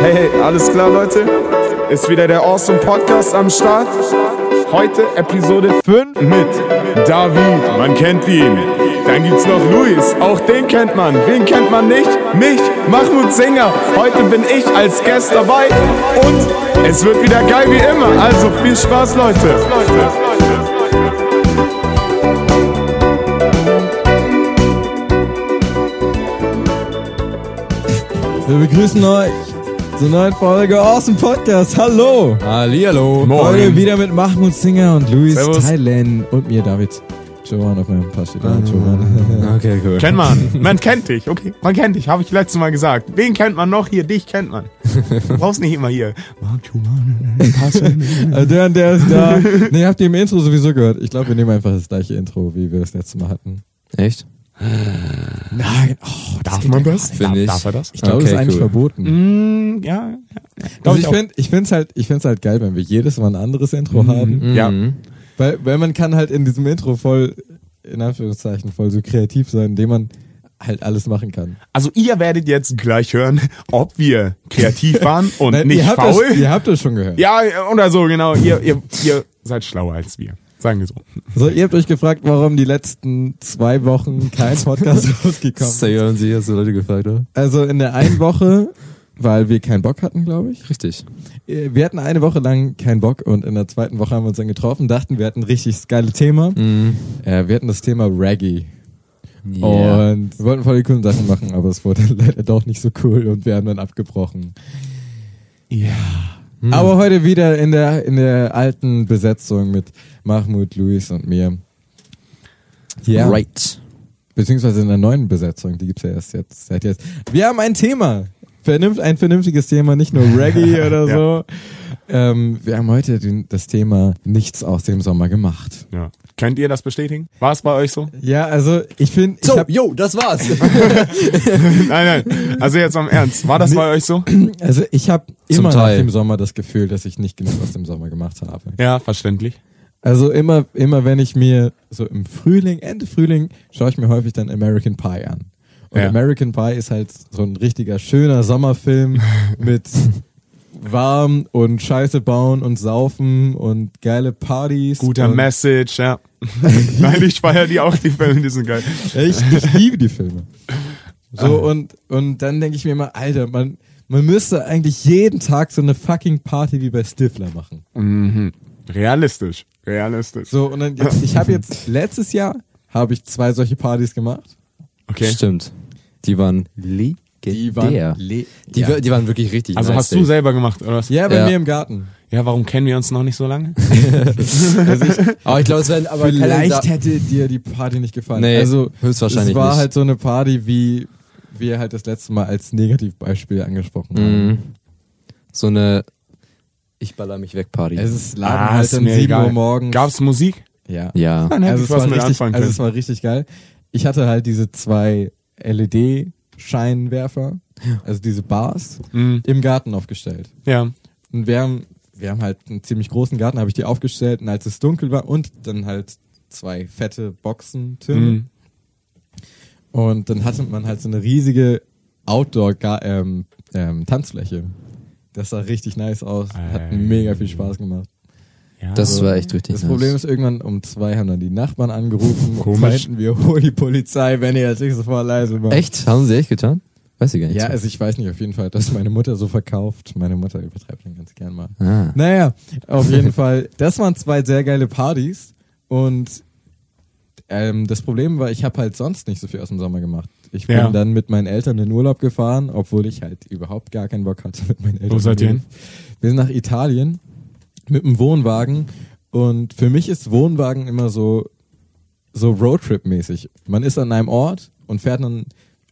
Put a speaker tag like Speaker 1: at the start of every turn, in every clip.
Speaker 1: Hey, hey, alles klar, Leute? Ist wieder der Awesome Podcast am Start. Heute Episode 5 mit David, man kennt ihn. Dann gibt's noch Luis, auch den kennt man. Wen kennt man nicht? Mich, Mahmoud Sänger. Heute bin ich als Gast dabei und es wird wieder geil wie immer. Also viel Spaß, Leute.
Speaker 2: Wir begrüßen euch zur neuen Folge Awesome Podcast. Hallo!
Speaker 3: Hallihallo.
Speaker 2: Heute wieder mit Mahmoud Singer und Luis
Speaker 1: Servus.
Speaker 2: Thailand und mir, David. Jovan auf meinem Pass steht da. Jovan.
Speaker 3: Okay, cool.
Speaker 1: Kennt man. Man kennt dich, okay? Man kennt dich, habe ich letztes Mal gesagt. Wen kennt man noch hier? Dich kennt man. Du brauchst nicht immer hier.
Speaker 2: Also der, und der ist da. Ne, habt ihr im Intro sowieso gehört. Ich glaube, wir nehmen einfach das gleiche Intro, wie wir das letzte Mal hatten.
Speaker 3: Echt?
Speaker 2: Nein, oh,
Speaker 1: Darf man das?
Speaker 3: Finde ich.
Speaker 1: Darf er das?
Speaker 2: ich glaube, das ist
Speaker 3: Okay,
Speaker 2: eigentlich
Speaker 3: cool.
Speaker 2: verboten.
Speaker 1: Mm, ja, ja. Glaub
Speaker 2: Also ich
Speaker 1: auch.
Speaker 2: finde ich find's halt, ich find's halt geil, wenn wir jedes Mal ein anderes Intro haben.
Speaker 1: Ja.
Speaker 2: Weil, weil man kann halt in diesem Intro voll, in Anführungszeichen, voll so kreativ sein, indem man halt alles machen kann.
Speaker 1: Also ihr werdet jetzt gleich hören, ob wir kreativ waren und
Speaker 2: Nein,
Speaker 1: nicht
Speaker 2: ihr habt
Speaker 1: faul.
Speaker 2: Das, ihr habt das schon gehört.
Speaker 1: ja, oder so, genau. Ihr, ihr, ihr seid schlauer als wir. Sagen wir so.
Speaker 2: So, ihr habt euch gefragt, warum die letzten zwei Wochen kein Podcast rausgekommen ist.
Speaker 3: Sayer und sie hast du Leute gefragt, oder?
Speaker 2: Also in der einen Woche, weil wir keinen Bock hatten, glaube ich.
Speaker 3: Richtig.
Speaker 2: Äh, Wir hatten eine Woche lang keinen Bock und in der zweiten Woche haben wir uns dann getroffen, dachten, wir hatten ein richtig geiles Thema.
Speaker 1: Mhm.
Speaker 2: Äh, wir hatten das Thema Reggae. Und wir wollten voll die coolen Sachen machen, aber es wurde leider doch nicht so cool und wir haben dann abgebrochen.
Speaker 1: Ja.
Speaker 2: Aber heute wieder in der, in der alten Besetzung mit Mahmoud, Luis und mir. Ja.
Speaker 3: Right.
Speaker 2: Beziehungsweise in der neuen Besetzung, die gibt's ja erst jetzt, seit jetzt. Wir haben ein Thema. Vernünft, ein vernünftiges Thema, nicht nur Reggae oder so. Ähm, wir haben heute den, das Thema Nichts aus dem Sommer gemacht.
Speaker 1: ja. Könnt ihr das bestätigen? War es bei euch so?
Speaker 2: Ja, also ich finde, ich hab,
Speaker 3: yo, das war's.
Speaker 1: nein, nein. Also jetzt am Ernst. War das bei euch so?
Speaker 2: also ich habe
Speaker 3: Zum
Speaker 2: immer nach
Speaker 3: Teil.
Speaker 2: dem Sommer das Gefühl, dass ich nicht genug aus dem Sommer gemacht habe.
Speaker 1: Ja, verständlich.
Speaker 2: Also immer, immer wenn ich mir so im Frühling, Ende Frühling, schaue ich mir häufig dann American Pie an. Und
Speaker 1: Ja.
Speaker 2: American Pie ist halt so ein richtiger schöner Sommerfilm mit warm und Scheiße bauen und saufen und geile Partys.
Speaker 1: Guter
Speaker 2: und
Speaker 1: Message, ja. nein, ich feiere die auch, die Filme, die sind geil.
Speaker 2: Ich, ich liebe die Filme. So und und dann denke ich mir immer, Alter, man man müsste eigentlich jeden Tag so eine fucking Party wie bei Stifler machen.
Speaker 1: Realistisch. Realistisch.
Speaker 2: So und dann jetzt, ich habe jetzt letztes Jahr habe ich zwei solche Partys gemacht.
Speaker 1: Okay.
Speaker 3: Stimmt. Die waren legendär.
Speaker 2: Die waren le-
Speaker 3: die,
Speaker 2: ja.
Speaker 3: wir- die waren wirklich richtig
Speaker 1: Also
Speaker 3: nice,
Speaker 1: hast du
Speaker 3: ey.
Speaker 1: selber gemacht, oder was?
Speaker 2: Ja, bei
Speaker 3: Ja.
Speaker 2: mir im Garten.
Speaker 1: Ja, warum kennen wir uns noch nicht so lange?
Speaker 3: Aber ich glaube, es werden aber
Speaker 2: Vielleicht
Speaker 3: keine
Speaker 2: hätte dir die Party nicht gefallen.
Speaker 3: Nee,
Speaker 2: also
Speaker 3: höchstwahrscheinlich
Speaker 2: Es war
Speaker 3: nicht.
Speaker 2: halt so eine Party, wie wir halt das letzte Mal als Negativbeispiel angesprochen haben.
Speaker 3: Mhm. so eine ich baller mich weg Party.
Speaker 2: Es ist
Speaker 3: Ah,
Speaker 2: Laden
Speaker 1: Ah,
Speaker 2: halt um 7 Uhr morgens.
Speaker 1: Gab's Musik?
Speaker 2: ja.
Speaker 3: ja.
Speaker 1: Dann hätte
Speaker 2: Also
Speaker 1: ich
Speaker 2: es,
Speaker 1: was
Speaker 2: war
Speaker 1: mit
Speaker 2: richtig,
Speaker 1: anfangen
Speaker 2: also
Speaker 1: können.
Speaker 2: es war richtig geil. Ich hatte halt diese zwei LED-Scheinwerfer, also diese Bars,
Speaker 1: Mhm.
Speaker 2: im Garten aufgestellt.
Speaker 1: Ja.
Speaker 2: Und wir haben, wir haben halt einen ziemlich großen Garten, habe ich die aufgestellt. Und als es dunkel war und dann halt zwei fette Boxen, Türme.
Speaker 1: Mhm.
Speaker 2: Und dann hatte man halt so eine riesige Outdoor-Tanzfläche. ähm, das sah richtig nice aus, hat
Speaker 1: Ey.
Speaker 2: mega viel Spaß gemacht.
Speaker 1: ja.
Speaker 3: Das
Speaker 2: Also,
Speaker 3: war echt richtig
Speaker 2: Das
Speaker 3: nice.
Speaker 2: Problem ist, irgendwann um zwei haben dann die Nachbarn angerufen und
Speaker 1: Komisch.
Speaker 2: meinten, wir holen die Polizei, wenn ihr jetzt nicht sofort leise macht.
Speaker 3: echt? Haben sie echt getan? Weiß ich gar nicht.
Speaker 2: Ja, also ich weiß nicht, auf jeden Fall, dass meine Mutter so verkauft. Meine Mutter übertreibt dann ganz gern mal.
Speaker 3: ah.
Speaker 2: Naja, auf jeden Fall. Das waren zwei sehr geile Partys. Und ähm, das Problem war, ich habe halt sonst nicht so viel aus dem Sommer gemacht. Ich bin
Speaker 1: Ja.
Speaker 2: dann mit meinen Eltern in Urlaub gefahren, obwohl ich halt überhaupt gar keinen Bock hatte mit meinen Eltern.
Speaker 1: Wo seid ihr hin?
Speaker 2: Wir sind nach Italien mit dem Wohnwagen. Und für mich ist Wohnwagen immer so, so Roadtrip-mäßig. Man ist an einem Ort und fährt dann,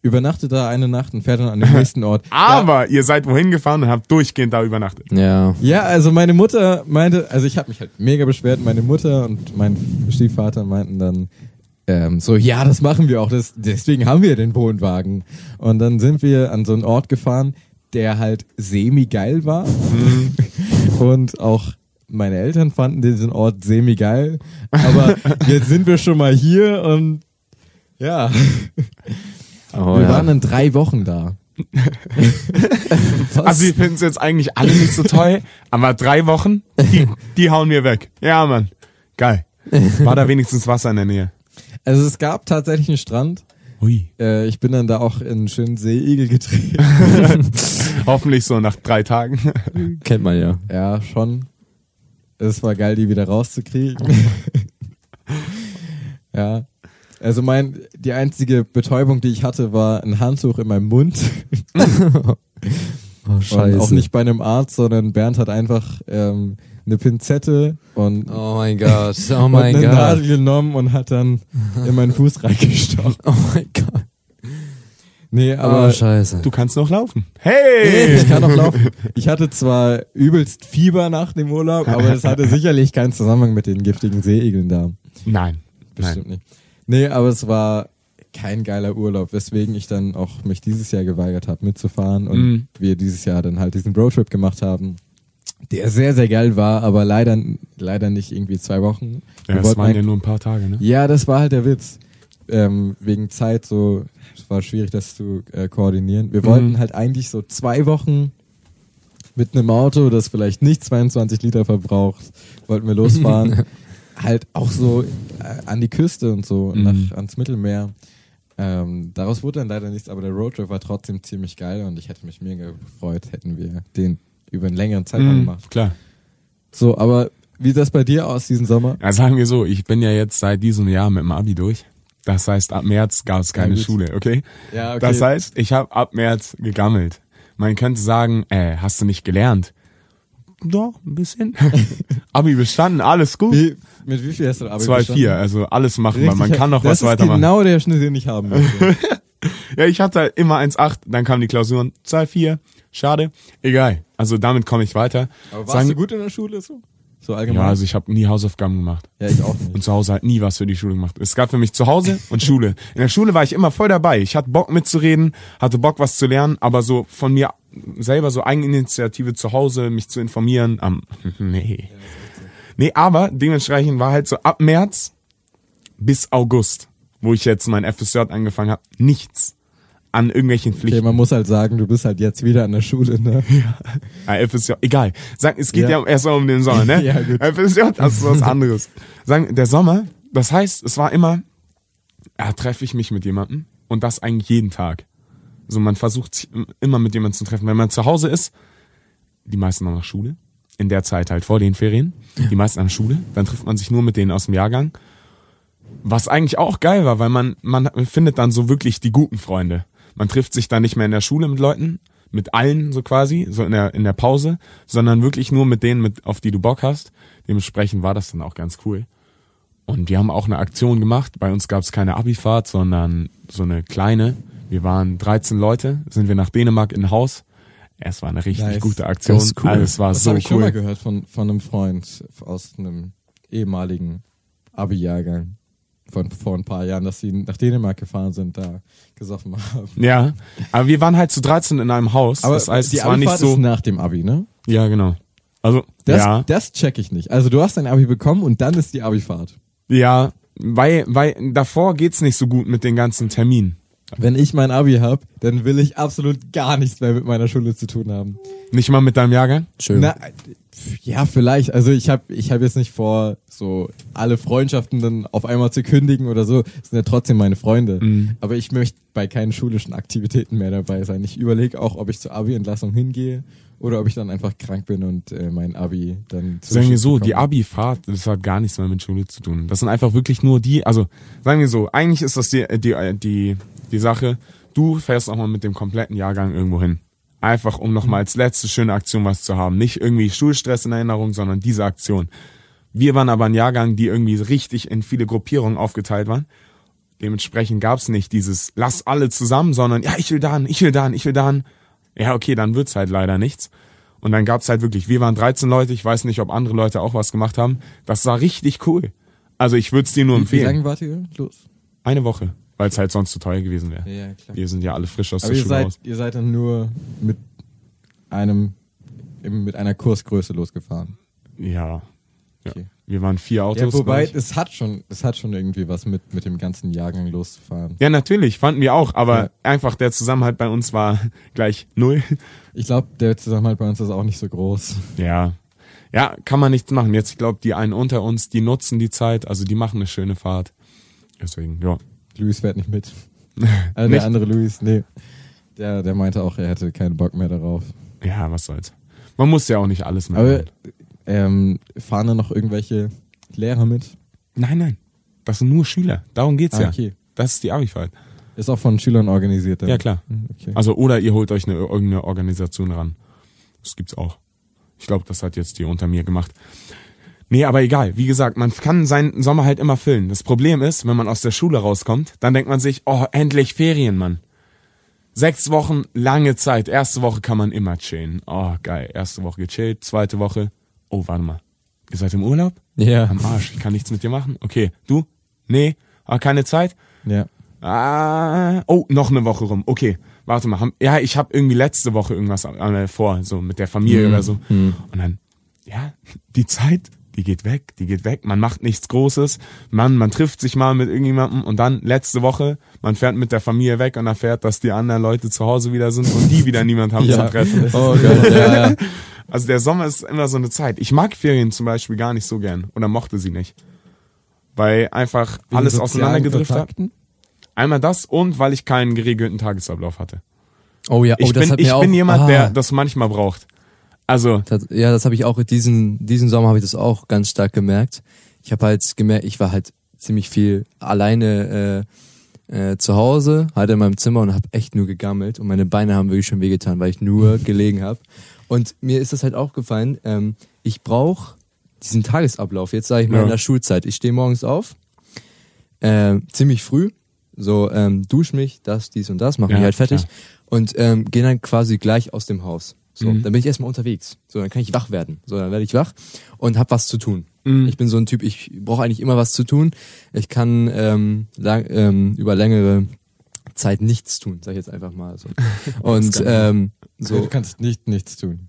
Speaker 2: übernachtet da eine Nacht und fährt dann an den nächsten Ort.
Speaker 1: Aber ihr seid wohin gefahren und habt durchgehend da übernachtet.
Speaker 3: Ja.
Speaker 2: Ja, also meine Mutter meinte, also ich habe mich halt mega beschwert. Meine Mutter und mein Stiefvater meinten dann ähm, so, ja, das machen wir auch, das, deswegen haben wir den Wohnwagen. Und dann sind wir an so einen Ort gefahren, der halt semi geil war. und auch meine Eltern fanden diesen Ort semi geil. Aber jetzt sind wir schon mal hier und ja,
Speaker 3: Oh,
Speaker 2: wir
Speaker 3: ja. Oh,
Speaker 2: waren in drei Wochen da.
Speaker 1: Also wir finden es jetzt eigentlich alle nicht so toll, aber drei Wochen, die, die hauen wir weg. Ja, Mann. Geil. War da wenigstens Wasser in der Nähe.
Speaker 2: Also es gab tatsächlich einen Strand.
Speaker 1: Ui.
Speaker 2: Äh, ich bin dann da auch in einen schönen Seeigel getreten.
Speaker 1: Hoffentlich so nach drei Tagen.
Speaker 3: Kennt man ja.
Speaker 2: Ja, schon. Es war geil, die wieder rauszukriegen. ja. Also mein, die einzige Betäubung, die ich hatte, war ein Handtuch in meinem Mund.
Speaker 3: Oh,
Speaker 2: Und auch nicht bei einem Arzt, sondern Bernd hat einfach ähm, eine Pinzette und,
Speaker 3: Oh mein Gott. Oh
Speaker 2: und
Speaker 3: mein
Speaker 2: eine
Speaker 3: Gott.
Speaker 2: Nadel genommen und hat dann in meinen Fuß reingestochen.
Speaker 3: Oh mein Gott.
Speaker 2: Nee,
Speaker 3: Aber
Speaker 2: aber
Speaker 3: oh, scheiße.
Speaker 1: Du kannst noch laufen. Hey!
Speaker 2: ich kann noch laufen. Ich hatte zwar übelst Fieber nach dem Urlaub, aber es hatte sicherlich keinen Zusammenhang mit den giftigen Seeigeln da.
Speaker 1: Nein. Nein.
Speaker 2: Bestimmt nicht. Nee, aber es war kein geiler Urlaub, weswegen ich dann auch mich dieses Jahr geweigert habe, mitzufahren und
Speaker 1: Mhm.
Speaker 2: wir dieses Jahr dann halt diesen Roadtrip gemacht haben, der sehr, sehr geil war, aber leider, leider nicht irgendwie zwei Wochen.
Speaker 1: Ja,
Speaker 2: Wir
Speaker 1: das
Speaker 2: wollten
Speaker 1: waren
Speaker 2: eigentlich-
Speaker 1: ja nur ein paar Tage, ne?
Speaker 2: ja, das war halt der Witz. Ähm, wegen Zeit so, es war schwierig, das zu äh, koordinieren.
Speaker 1: Mhm.
Speaker 2: Wir wollten halt eigentlich so zwei Wochen mit einem Auto, das vielleicht nicht 22 Liter verbraucht, wollten wir losfahren. halt auch so äh, an die Küste und so,
Speaker 1: Mhm.
Speaker 2: nach, ans Mittelmeer. Ähm, daraus wurde dann leider nichts, aber der Roadtrip war trotzdem ziemlich geil und ich hätte mich mega gefreut, hätten wir den über einen längeren Zeitraum
Speaker 1: Mhm,
Speaker 2: gemacht.
Speaker 1: klar.
Speaker 2: So, aber wie sah das bei dir aus diesen Sommer?
Speaker 1: Ja, sagen wir so, ich bin ja jetzt seit diesem Jahr mit dem Abi durch. Das heißt, ab März gab es keine
Speaker 2: gut.
Speaker 1: Schule, okay?
Speaker 2: Ja, okay.
Speaker 1: Das heißt, ich habe ab März gegammelt. Man könnte sagen, äh, hast du nicht gelernt? Doch, ein bisschen. Abi bestanden, alles gut.
Speaker 2: Wie, mit wie viel hast du Abi
Speaker 1: 2-4,
Speaker 2: bestanden?
Speaker 1: also alles machen wir.
Speaker 2: Richtig,
Speaker 1: Man kann noch
Speaker 2: das
Speaker 1: was weitermachen.
Speaker 2: Das ist genau der Schnitt, den ich haben möchte.
Speaker 1: Ja, ich hatte halt immer 1,8, dann kamen die Klausuren 2,4. Schade, egal. Also damit komme ich weiter.
Speaker 2: Aber warst
Speaker 1: Sagen-
Speaker 2: du gut in der Schule so? So allgemein?
Speaker 1: Ja, also ich habe nie Hausaufgaben gemacht.
Speaker 2: Ja, ich auch nicht.
Speaker 1: Und zu Hause halt nie was für die Schule gemacht. Es gab für mich zu Hause und Schule. In der Schule war ich immer voll dabei. Ich hatte Bock mitzureden, hatte Bock was zu lernen, aber so von mir selber so Eigeninitiative zu Hause, mich zu informieren, am, nee. Nee, aber dementsprechend war halt so ab März bis August, wo ich jetzt mein FSJ angefangen habe, nichts an irgendwelchen Pflichten.
Speaker 2: Okay, man muss halt sagen, du bist halt jetzt wieder an der Schule, ne?
Speaker 1: Ah, FSJ, egal. Sagen, es geht
Speaker 2: Ja.
Speaker 1: ja, erstmal um den Sommer, ne?
Speaker 2: Ja, gut.
Speaker 1: FSJ, das ist was anderes. Sagen, der Sommer, das heißt, es war immer, ja, treffe ich mich mit jemandem und das eigentlich jeden Tag. So, man versucht sich immer mit jemandem zu treffen. Wenn man zu Hause ist, die meisten noch nach Schule, in der Zeit halt vor den Ferien, die meisten an Schule, dann trifft man sich nur mit denen aus dem Jahrgang. Was eigentlich auch geil war, weil man, man findet dann so wirklich die guten Freunde. Man trifft sich dann nicht mehr in der Schule mit Leuten, mit allen so quasi, so in der, in der Pause, sondern wirklich nur mit denen, mit, auf die du Bock hast. Dementsprechend war das dann auch ganz cool. Und wir haben auch eine Aktion gemacht. Bei uns gab es keine Abifahrt, sondern so eine kleine. Wir waren 13 Leute, sind wir nach Dänemark in ein Haus. Es war eine richtig
Speaker 2: Nice.
Speaker 1: gute Aktion.
Speaker 3: Das ist cool.
Speaker 1: Alles war
Speaker 2: Das
Speaker 1: so
Speaker 2: habe ich
Speaker 1: cool.
Speaker 2: schon mal gehört von, von einem Freund aus einem ehemaligen Abi-Jahrgang von vor ein paar Jahren, dass sie nach Dänemark gefahren sind, da gesoffen haben.
Speaker 1: Ja, aber wir waren halt zu 13 in einem Haus.
Speaker 2: Aber
Speaker 1: das heißt,
Speaker 2: die
Speaker 1: es war nicht
Speaker 2: Abifahrt ist
Speaker 1: so.
Speaker 2: nach dem Abi, ne?
Speaker 1: Ja, genau. Also,
Speaker 2: Das,
Speaker 1: ja,
Speaker 2: das check ich nicht. Also du hast dein Abi bekommen und dann ist die Abi-Fahrt.
Speaker 1: ja, weil, weil davor geht's nicht so gut mit den ganzen Terminen.
Speaker 2: Wenn ich mein Abi hab, dann will ich absolut gar nichts mehr mit meiner Schule zu tun haben.
Speaker 1: Nicht mal mit deinem Jahrgang?
Speaker 3: Schön.
Speaker 2: Na, pf, ja, vielleicht. Also ich habe ich hab jetzt nicht vor, so alle Freundschaften dann auf einmal zu kündigen oder so. Das sind ja trotzdem meine Freunde.
Speaker 1: Mhm.
Speaker 2: Aber ich möchte bei keinen schulischen Aktivitäten mehr dabei sein. Ich überlege auch, ob ich zur Abi-Entlassung hingehe oder ob ich dann einfach krank bin und äh, mein Abi dann zu
Speaker 1: Sagen wir so, die Abi-Fahrt, das hat gar nichts mehr mit Schule zu tun. Das sind einfach wirklich nur die, also sagen wir so, eigentlich ist das die, die, die, die Sache, du fährst auch mal mit dem kompletten Jahrgang irgendwo hin. Einfach, um nochmal als letzte schöne Aktion was zu haben. Nicht irgendwie Schulstress in Erinnerung, sondern diese Aktion. Wir waren aber ein Jahrgang, die irgendwie richtig in viele Gruppierungen aufgeteilt waren. Dementsprechend gab's nicht dieses Lass alle zusammen, sondern ja, ich will dahin, ich will dahin, ich will dahin. Ja, okay, dann wird's halt leider nichts. Und dann gab's halt wirklich, wir waren 13 Leute, ich weiß nicht, ob andere Leute auch was gemacht haben. Das war richtig cool. Also ich würd's dir nur
Speaker 2: Wie
Speaker 1: empfehlen.
Speaker 2: lange wart ihr los?
Speaker 1: Eine Woche, weil's halt sonst zu teuer gewesen wäre.
Speaker 2: Ja, klar.
Speaker 1: Wir sind ja alle frisch aus
Speaker 2: Aber
Speaker 1: der
Speaker 2: ihr
Speaker 1: Schule
Speaker 2: seid,
Speaker 1: raus.
Speaker 2: ihr seid dann nur mit einem, eben mit einer Kursgröße losgefahren.
Speaker 1: Ja,
Speaker 2: Okay.
Speaker 1: Wir waren vier Autos.
Speaker 2: Ja, wobei,
Speaker 1: glaub ich.
Speaker 2: es hat schon, es hat schon irgendwie was mit, mit dem ganzen Jahrgang loszufahren.
Speaker 1: ja, natürlich, fanden wir auch, aber
Speaker 2: Ja.
Speaker 1: einfach der Zusammenhalt bei uns war gleich null.
Speaker 2: Ich glaube, der Zusammenhalt bei uns ist auch nicht so groß.
Speaker 1: Ja. Ja, kann man nichts machen. Jetzt, ich glaube, die einen unter uns, die nutzen die Zeit, also die machen eine schöne Fahrt. Deswegen, ja.
Speaker 2: Luis fährt nicht mit. Also
Speaker 1: Nicht?
Speaker 2: der andere Luis, nee. Der, der meinte auch, er hätte keinen Bock mehr darauf.
Speaker 1: Ja, was soll's. Man muss ja auch nicht alles
Speaker 2: Aber
Speaker 1: machen.
Speaker 2: ähm, fahren da noch irgendwelche Lehrer mit?
Speaker 1: Nein, nein. Das sind nur Schüler. Darum geht's
Speaker 2: Ah,
Speaker 1: ja.
Speaker 2: okay.
Speaker 1: Das ist die Abi-Fahrt.
Speaker 2: Ist auch von Schülern organisiert. Dann. Hm,
Speaker 1: Ja, klar.
Speaker 2: Okay.
Speaker 1: Also, oder ihr holt euch eine, irgendeine Organisation ran. Das gibt's auch. Ich glaube, das hat jetzt die unter mir gemacht. Nee, aber egal. Wie gesagt, man kann seinen Sommer halt immer füllen. Das Problem ist, wenn man aus der Schule rauskommt, dann denkt man sich, oh, endlich Ferien, Mann. Sechs Wochen, lange Zeit. Erste Woche kann man immer chillen. Oh, geil. Erste Woche gechillt, zweite Woche. Oh, warte mal. Ihr seid im Urlaub?
Speaker 2: Ja.
Speaker 1: Am Arsch. Ich kann nichts mit dir machen. Okay. Du? Nee. Ah, keine Zeit?
Speaker 2: ja.
Speaker 1: Ah, oh, noch eine Woche rum. Okay, warte mal. Haben, ja, ich habe irgendwie letzte Woche irgendwas äh, vor, so mit der Familie
Speaker 2: Hm,
Speaker 1: oder so. Und dann, ja, die Zeit, die geht weg, die geht weg. Man macht nichts Großes. Man, man trifft sich mal mit irgendjemandem und dann letzte Woche, man fährt mit der Familie weg und erfährt, dass die anderen Leute zu Hause wieder sind und die wieder niemand haben
Speaker 2: Ja.
Speaker 1: zu treffen.
Speaker 2: Oh Gott, ja, ja.
Speaker 1: Also der Sommer ist immer so eine Zeit. Ich mag Ferien zum Beispiel gar nicht so gern oder mochte sie nicht. Weil einfach alles
Speaker 2: Wegen sozialen
Speaker 1: auseinandergedriftet hat.
Speaker 2: Kontakten?
Speaker 1: Einmal das und weil ich keinen geregelten Tagesablauf hatte.
Speaker 3: Oh ja, oh,
Speaker 1: Ich
Speaker 3: das
Speaker 1: bin,
Speaker 3: hat mir
Speaker 1: ich
Speaker 3: auch,
Speaker 1: bin jemand,
Speaker 3: ah,
Speaker 1: der das manchmal braucht. Also,
Speaker 3: Das, ja, das habe ich auch diesen diesen Sommer habe ich das auch ganz stark gemerkt. Ich habe halt gemerkt, ich war halt ziemlich viel alleine äh, äh, zu Hause, halt in meinem Zimmer und habe echt nur gegammelt und meine Beine haben wirklich schon wehgetan, weil ich nur gelegen habe. Und mir ist das halt auch gefallen. Ähm, ich brauche diesen Tagesablauf. Jetzt sage ich mal
Speaker 1: Ja.
Speaker 3: in der Schulzeit. Ich stehe morgens auf, äh, ziemlich früh, so ähm, dusch mich, das, dies und das, mach
Speaker 1: Ja,
Speaker 3: mich halt fertig
Speaker 1: klar.
Speaker 3: und ähm, gehe dann quasi gleich aus dem Haus. So,
Speaker 1: Mhm.
Speaker 3: dann bin ich erstmal unterwegs. So, dann kann ich wach werden. So, dann werde ich wach und hab was zu tun.
Speaker 1: Mhm.
Speaker 3: Ich bin so ein Typ, ich brauche eigentlich immer was zu tun. Ich kann ähm, lang, ähm, über längere Zeit nichts tun, sag ich jetzt einfach mal so. Und ähm,
Speaker 2: Du
Speaker 3: so,
Speaker 2: kannst nicht nichts tun.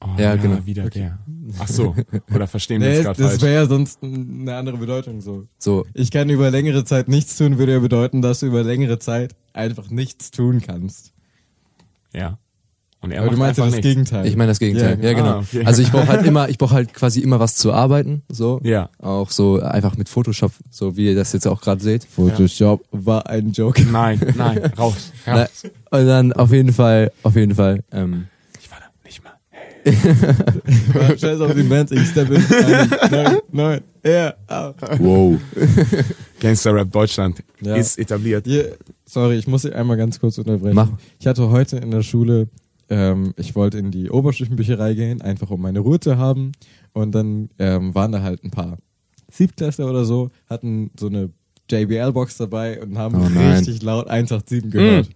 Speaker 1: oh,
Speaker 3: Ja, genau.
Speaker 1: wieder der. Ach so, oder verstehen wir
Speaker 2: Nee,
Speaker 1: uns
Speaker 2: das
Speaker 1: gerade falsch.
Speaker 2: wäre ja sonst eine andere Bedeutung so.
Speaker 3: so
Speaker 2: Ich kann über längere Zeit nichts tun, würde ja bedeuten, dass du über längere Zeit einfach nichts tun kannst.
Speaker 1: Ja. Und er
Speaker 2: Aber du
Speaker 1: macht
Speaker 2: meinst ja
Speaker 1: einfach
Speaker 2: das
Speaker 1: nichts.
Speaker 2: Gegenteil.
Speaker 3: Ich meine das Gegenteil.
Speaker 2: Ja,
Speaker 3: Ja, genau.
Speaker 1: Ah, okay.
Speaker 3: Also ich brauche halt immer, ich brauche halt quasi immer was zu arbeiten, so.
Speaker 1: Ja.
Speaker 3: Auch so einfach mit Photoshop, so wie ihr das jetzt auch gerade seht.
Speaker 2: Photoshop war ein Joke.
Speaker 1: Nein, nein, raus,
Speaker 3: Na,
Speaker 1: raus.
Speaker 3: Und dann auf jeden Fall, auf jeden Fall. Ähm,
Speaker 1: Ich war da nicht mal.
Speaker 2: Scheiß auf die Bands, ich step in. Nein, nein, ja. ah.
Speaker 1: Wow. Gangster Rap Deutschland
Speaker 2: Ja.
Speaker 1: ist etabliert.
Speaker 2: Hier, sorry, ich muss dich einmal ganz kurz unterbrechen.
Speaker 3: Mach.
Speaker 2: Ich hatte heute in der Schule, ähm, ich wollte in die Oberstufenbücherei gehen, einfach um meine Ruhe zu haben. Und dann ähm, waren da halt ein paar Siebtklässler oder so, hatten so eine JBL-Box dabei und haben
Speaker 3: Oh nein.
Speaker 2: richtig laut 187 gehört. So,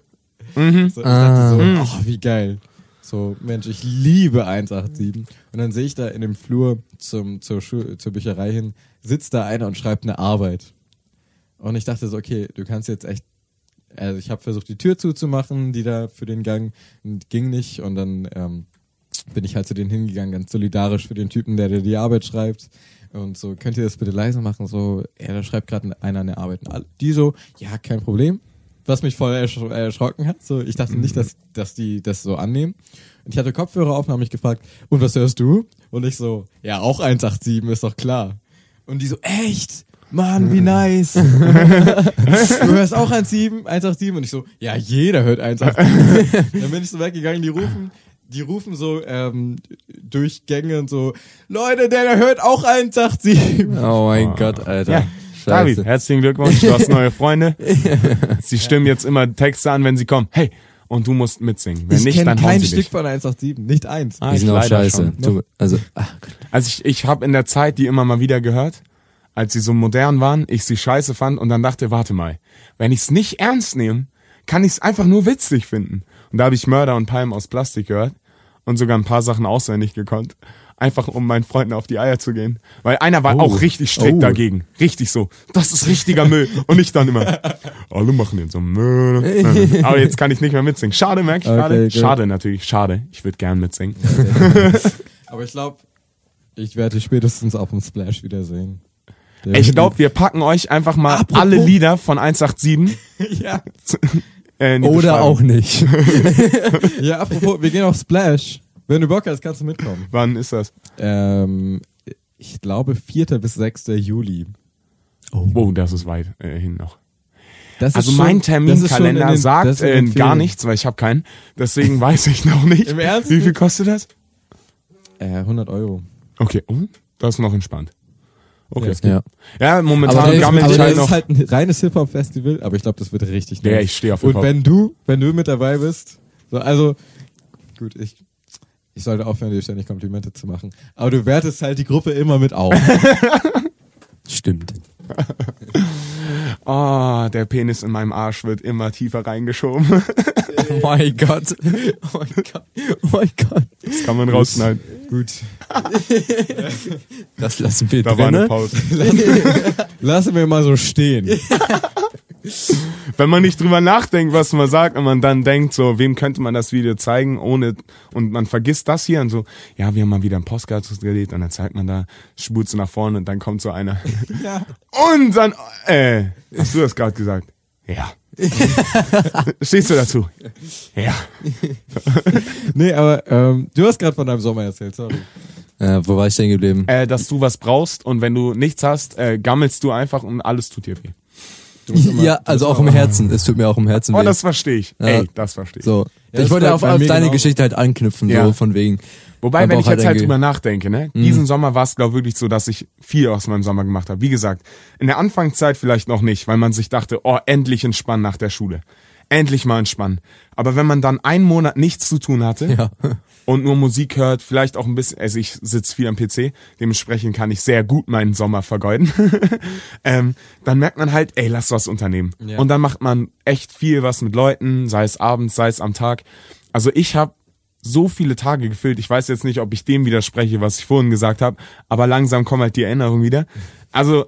Speaker 2: ich
Speaker 3: Ah.
Speaker 2: dachte so, oh, wie geil. So, Mensch, ich liebe 187. Und dann sehe ich da in dem Flur zum, zur, Schu zur Bücherei hin, sitzt da einer und schreibt eine Arbeit. Und ich dachte so, okay, du kannst jetzt echt. Also ich habe versucht, die Tür zuzumachen, die da für den Gang und ging nicht. Und dann ähm, bin ich halt zu denen hingegangen, ganz solidarisch für den Typen, der dir die Arbeit schreibt. Und so, könnt ihr das bitte leise machen? So, ja, da schreibt gerade einer eine Arbeit. Und alle- Die so, ja, kein Problem. Was mich voll ersch erschrocken hat. So, ich dachte nicht, dass, dass die das so annehmen. Und ich hatte Kopfhörer auf und haben mich gefragt, und was hörst du? Und ich so, ja, auch 187, ist doch klar. Und die so, echt? Mann, wie nice. du hörst auch 187, 187 und ich so, ja, jeder hört 187. Dann bin ich so weggegangen, die rufen, die rufen so ähm, durch Gänge und so, Leute, der, der hört auch 187.
Speaker 3: oh mein Gott, Alter.
Speaker 1: Ja, David, herzlichen Glückwunsch, du hast neue Freunde. Sie stimmen jetzt immer Texte an, wenn sie kommen. Hey, und du musst mitsingen. Wenn
Speaker 2: ich
Speaker 1: nicht,
Speaker 2: kenn
Speaker 1: dann hauen
Speaker 2: kein
Speaker 1: sie
Speaker 2: Stück
Speaker 1: dich.
Speaker 2: von 187, nicht eins.
Speaker 1: Ah,
Speaker 3: Die sind auch
Speaker 1: leider
Speaker 3: scheiße.
Speaker 1: schon.
Speaker 3: Du, also, ach, Gott.
Speaker 1: Also ich, ich habe in der Zeit die immer mal wieder gehört, als sie so modern waren, ich sie scheiße fand und dann dachte, warte mal, wenn ich's nicht ernst nehme, kann ich's einfach nur witzig finden. Und da habe ich Mörder und Palm aus Plastik gehört und sogar ein paar Sachen auswendig gekonnt, einfach um meinen Freunden auf die Eier zu gehen. Weil einer war auch richtig strikt
Speaker 3: Oh.
Speaker 1: dagegen. Richtig so, das ist richtiger Müll. und ich dann immer, alle machen jetzt so Müll. Aber jetzt kann ich nicht mehr mitsingen. Schade, merk ich
Speaker 2: Okay,
Speaker 1: gerade.
Speaker 2: gut.
Speaker 1: Schade natürlich, schade. Ich würde gern mitsingen.
Speaker 2: Aber ich glaube, Ich werde dich spätestens auf dem Splash wiedersehen. Der-
Speaker 1: Ich glaube, wir packen euch einfach mal
Speaker 2: Apropos-
Speaker 1: alle Lieder von 187
Speaker 2: ja.
Speaker 1: äh, in die
Speaker 3: Oder
Speaker 1: Beschreibung.
Speaker 3: auch nicht.
Speaker 2: ja, apropos, wir gehen auf Splash. Wenn du Bock hast, kannst du mitkommen.
Speaker 1: Wann ist das?
Speaker 2: Ähm, ich glaube 4. bis 6. Juli.
Speaker 1: Oh, das ist weit äh, hin noch.
Speaker 2: Das
Speaker 1: Also
Speaker 2: ist schon-
Speaker 1: mein
Speaker 2: das ist schon in
Speaker 1: Terminkalender
Speaker 2: den- das
Speaker 1: sagt
Speaker 2: ist in
Speaker 1: äh,
Speaker 2: den
Speaker 1: gar
Speaker 2: Ferien.
Speaker 1: nichts, weil ich habe keinen. Deswegen weiß ich noch nicht.
Speaker 2: Im Ernst
Speaker 1: Wie viel
Speaker 2: nicht?
Speaker 1: kostet das?
Speaker 2: Äh, 100 Euro.
Speaker 1: Okay, oh, das ist noch entspannt. Okay.
Speaker 3: ja.
Speaker 1: Ja,
Speaker 3: Aber
Speaker 1: momentan
Speaker 3: der ist-
Speaker 1: gammelt
Speaker 2: Aber
Speaker 1: ich
Speaker 3: Teil
Speaker 2: das
Speaker 1: halt
Speaker 2: ist
Speaker 1: noch.
Speaker 2: halt ein reines Hip-Hop-Festival, aber ich glaube, das wird richtig
Speaker 1: Ja,
Speaker 2: nice.
Speaker 1: ich stehe auf
Speaker 2: Und
Speaker 1: Hip-Hop.
Speaker 2: wenn du, wenn du mit dabei bist, so, also, gut, ich, ich sollte aufhören, dir ständig Komplimente zu machen, aber du wertest halt die Gruppe immer mit auf.
Speaker 3: Stimmt.
Speaker 1: Ah, der Penis in meinem Arsch wird immer tiefer reingeschoben.
Speaker 3: Oh mein Gott. Oh mein Gott. Oh mein Gott.
Speaker 1: Das kann man rausschneiden.
Speaker 2: gut.
Speaker 3: Das lassen wir
Speaker 1: Da war eine
Speaker 3: drin.
Speaker 1: Pause.
Speaker 2: Lassen wir mal so stehen.
Speaker 1: Wenn man nicht drüber nachdenkt, was man sagt, und man dann denkt, so, wem könnte man das Video zeigen, ohne, und man vergisst das hier und so, ja, wir haben mal wieder einen Postcard gedreht, und dann zeigt man da, Spurze nach vorne, und dann kommt so einer.
Speaker 2: Ja.
Speaker 1: Und dann, äh, hast du das gerade gesagt? Ja. Stehst du dazu? Ja.
Speaker 2: Nee, aber ähm, du hast gerade von deinem Sommer erzählt, sorry.
Speaker 3: Äh, wo war ich denn geblieben?
Speaker 1: Äh, dass du was brauchst, und wenn du nichts hast, äh, gammelst du einfach, und alles tut dir weh.
Speaker 2: Du musst immer-
Speaker 3: ja, also auch im Herzen. Es tut mir auch im Herzen
Speaker 1: Oh,
Speaker 3: weh.
Speaker 1: das verstehe ich.
Speaker 3: Ja.
Speaker 1: Ey, das verstehe ich.
Speaker 3: so.
Speaker 2: Ja, das
Speaker 3: ich wollte
Speaker 2: bleibt
Speaker 3: auf,
Speaker 2: bei
Speaker 3: auf
Speaker 2: mir
Speaker 3: deine
Speaker 2: genauso.
Speaker 3: Geschichte halt anknüpfen,
Speaker 1: Ja.
Speaker 3: so von wegen.
Speaker 1: Wobei,
Speaker 3: Man
Speaker 1: wenn ich
Speaker 3: braucht halt Mhm.
Speaker 1: jetzt halt
Speaker 3: ein Ge-
Speaker 1: drüber nachdenke, ne? Diesen Sommer war es, glaube ich, wirklich so, dass ich viel aus meinem Sommer gemacht habe. Wie gesagt, in der Anfangszeit vielleicht noch nicht, weil man sich dachte, oh, endlich entspannen nach der Schule. Endlich mal entspannen. Aber wenn man dann einen Monat nichts zu tun hatte
Speaker 3: Ja.
Speaker 1: und nur Musik hört, vielleicht auch ein bisschen, also ich sitze viel am PC, dementsprechend kann ich sehr gut meinen Sommer vergeuden, ähm, dann merkt man halt, ey, lass was unternehmen.
Speaker 2: Ja.
Speaker 1: Und dann macht man echt viel was mit Leuten, sei es abends, sei es am Tag. Also ich habe so viele Tage gefüllt. Ich weiß jetzt nicht, ob ich dem widerspreche, was ich vorhin gesagt habe, aber langsam kommen halt die Erinnerungen wieder. Also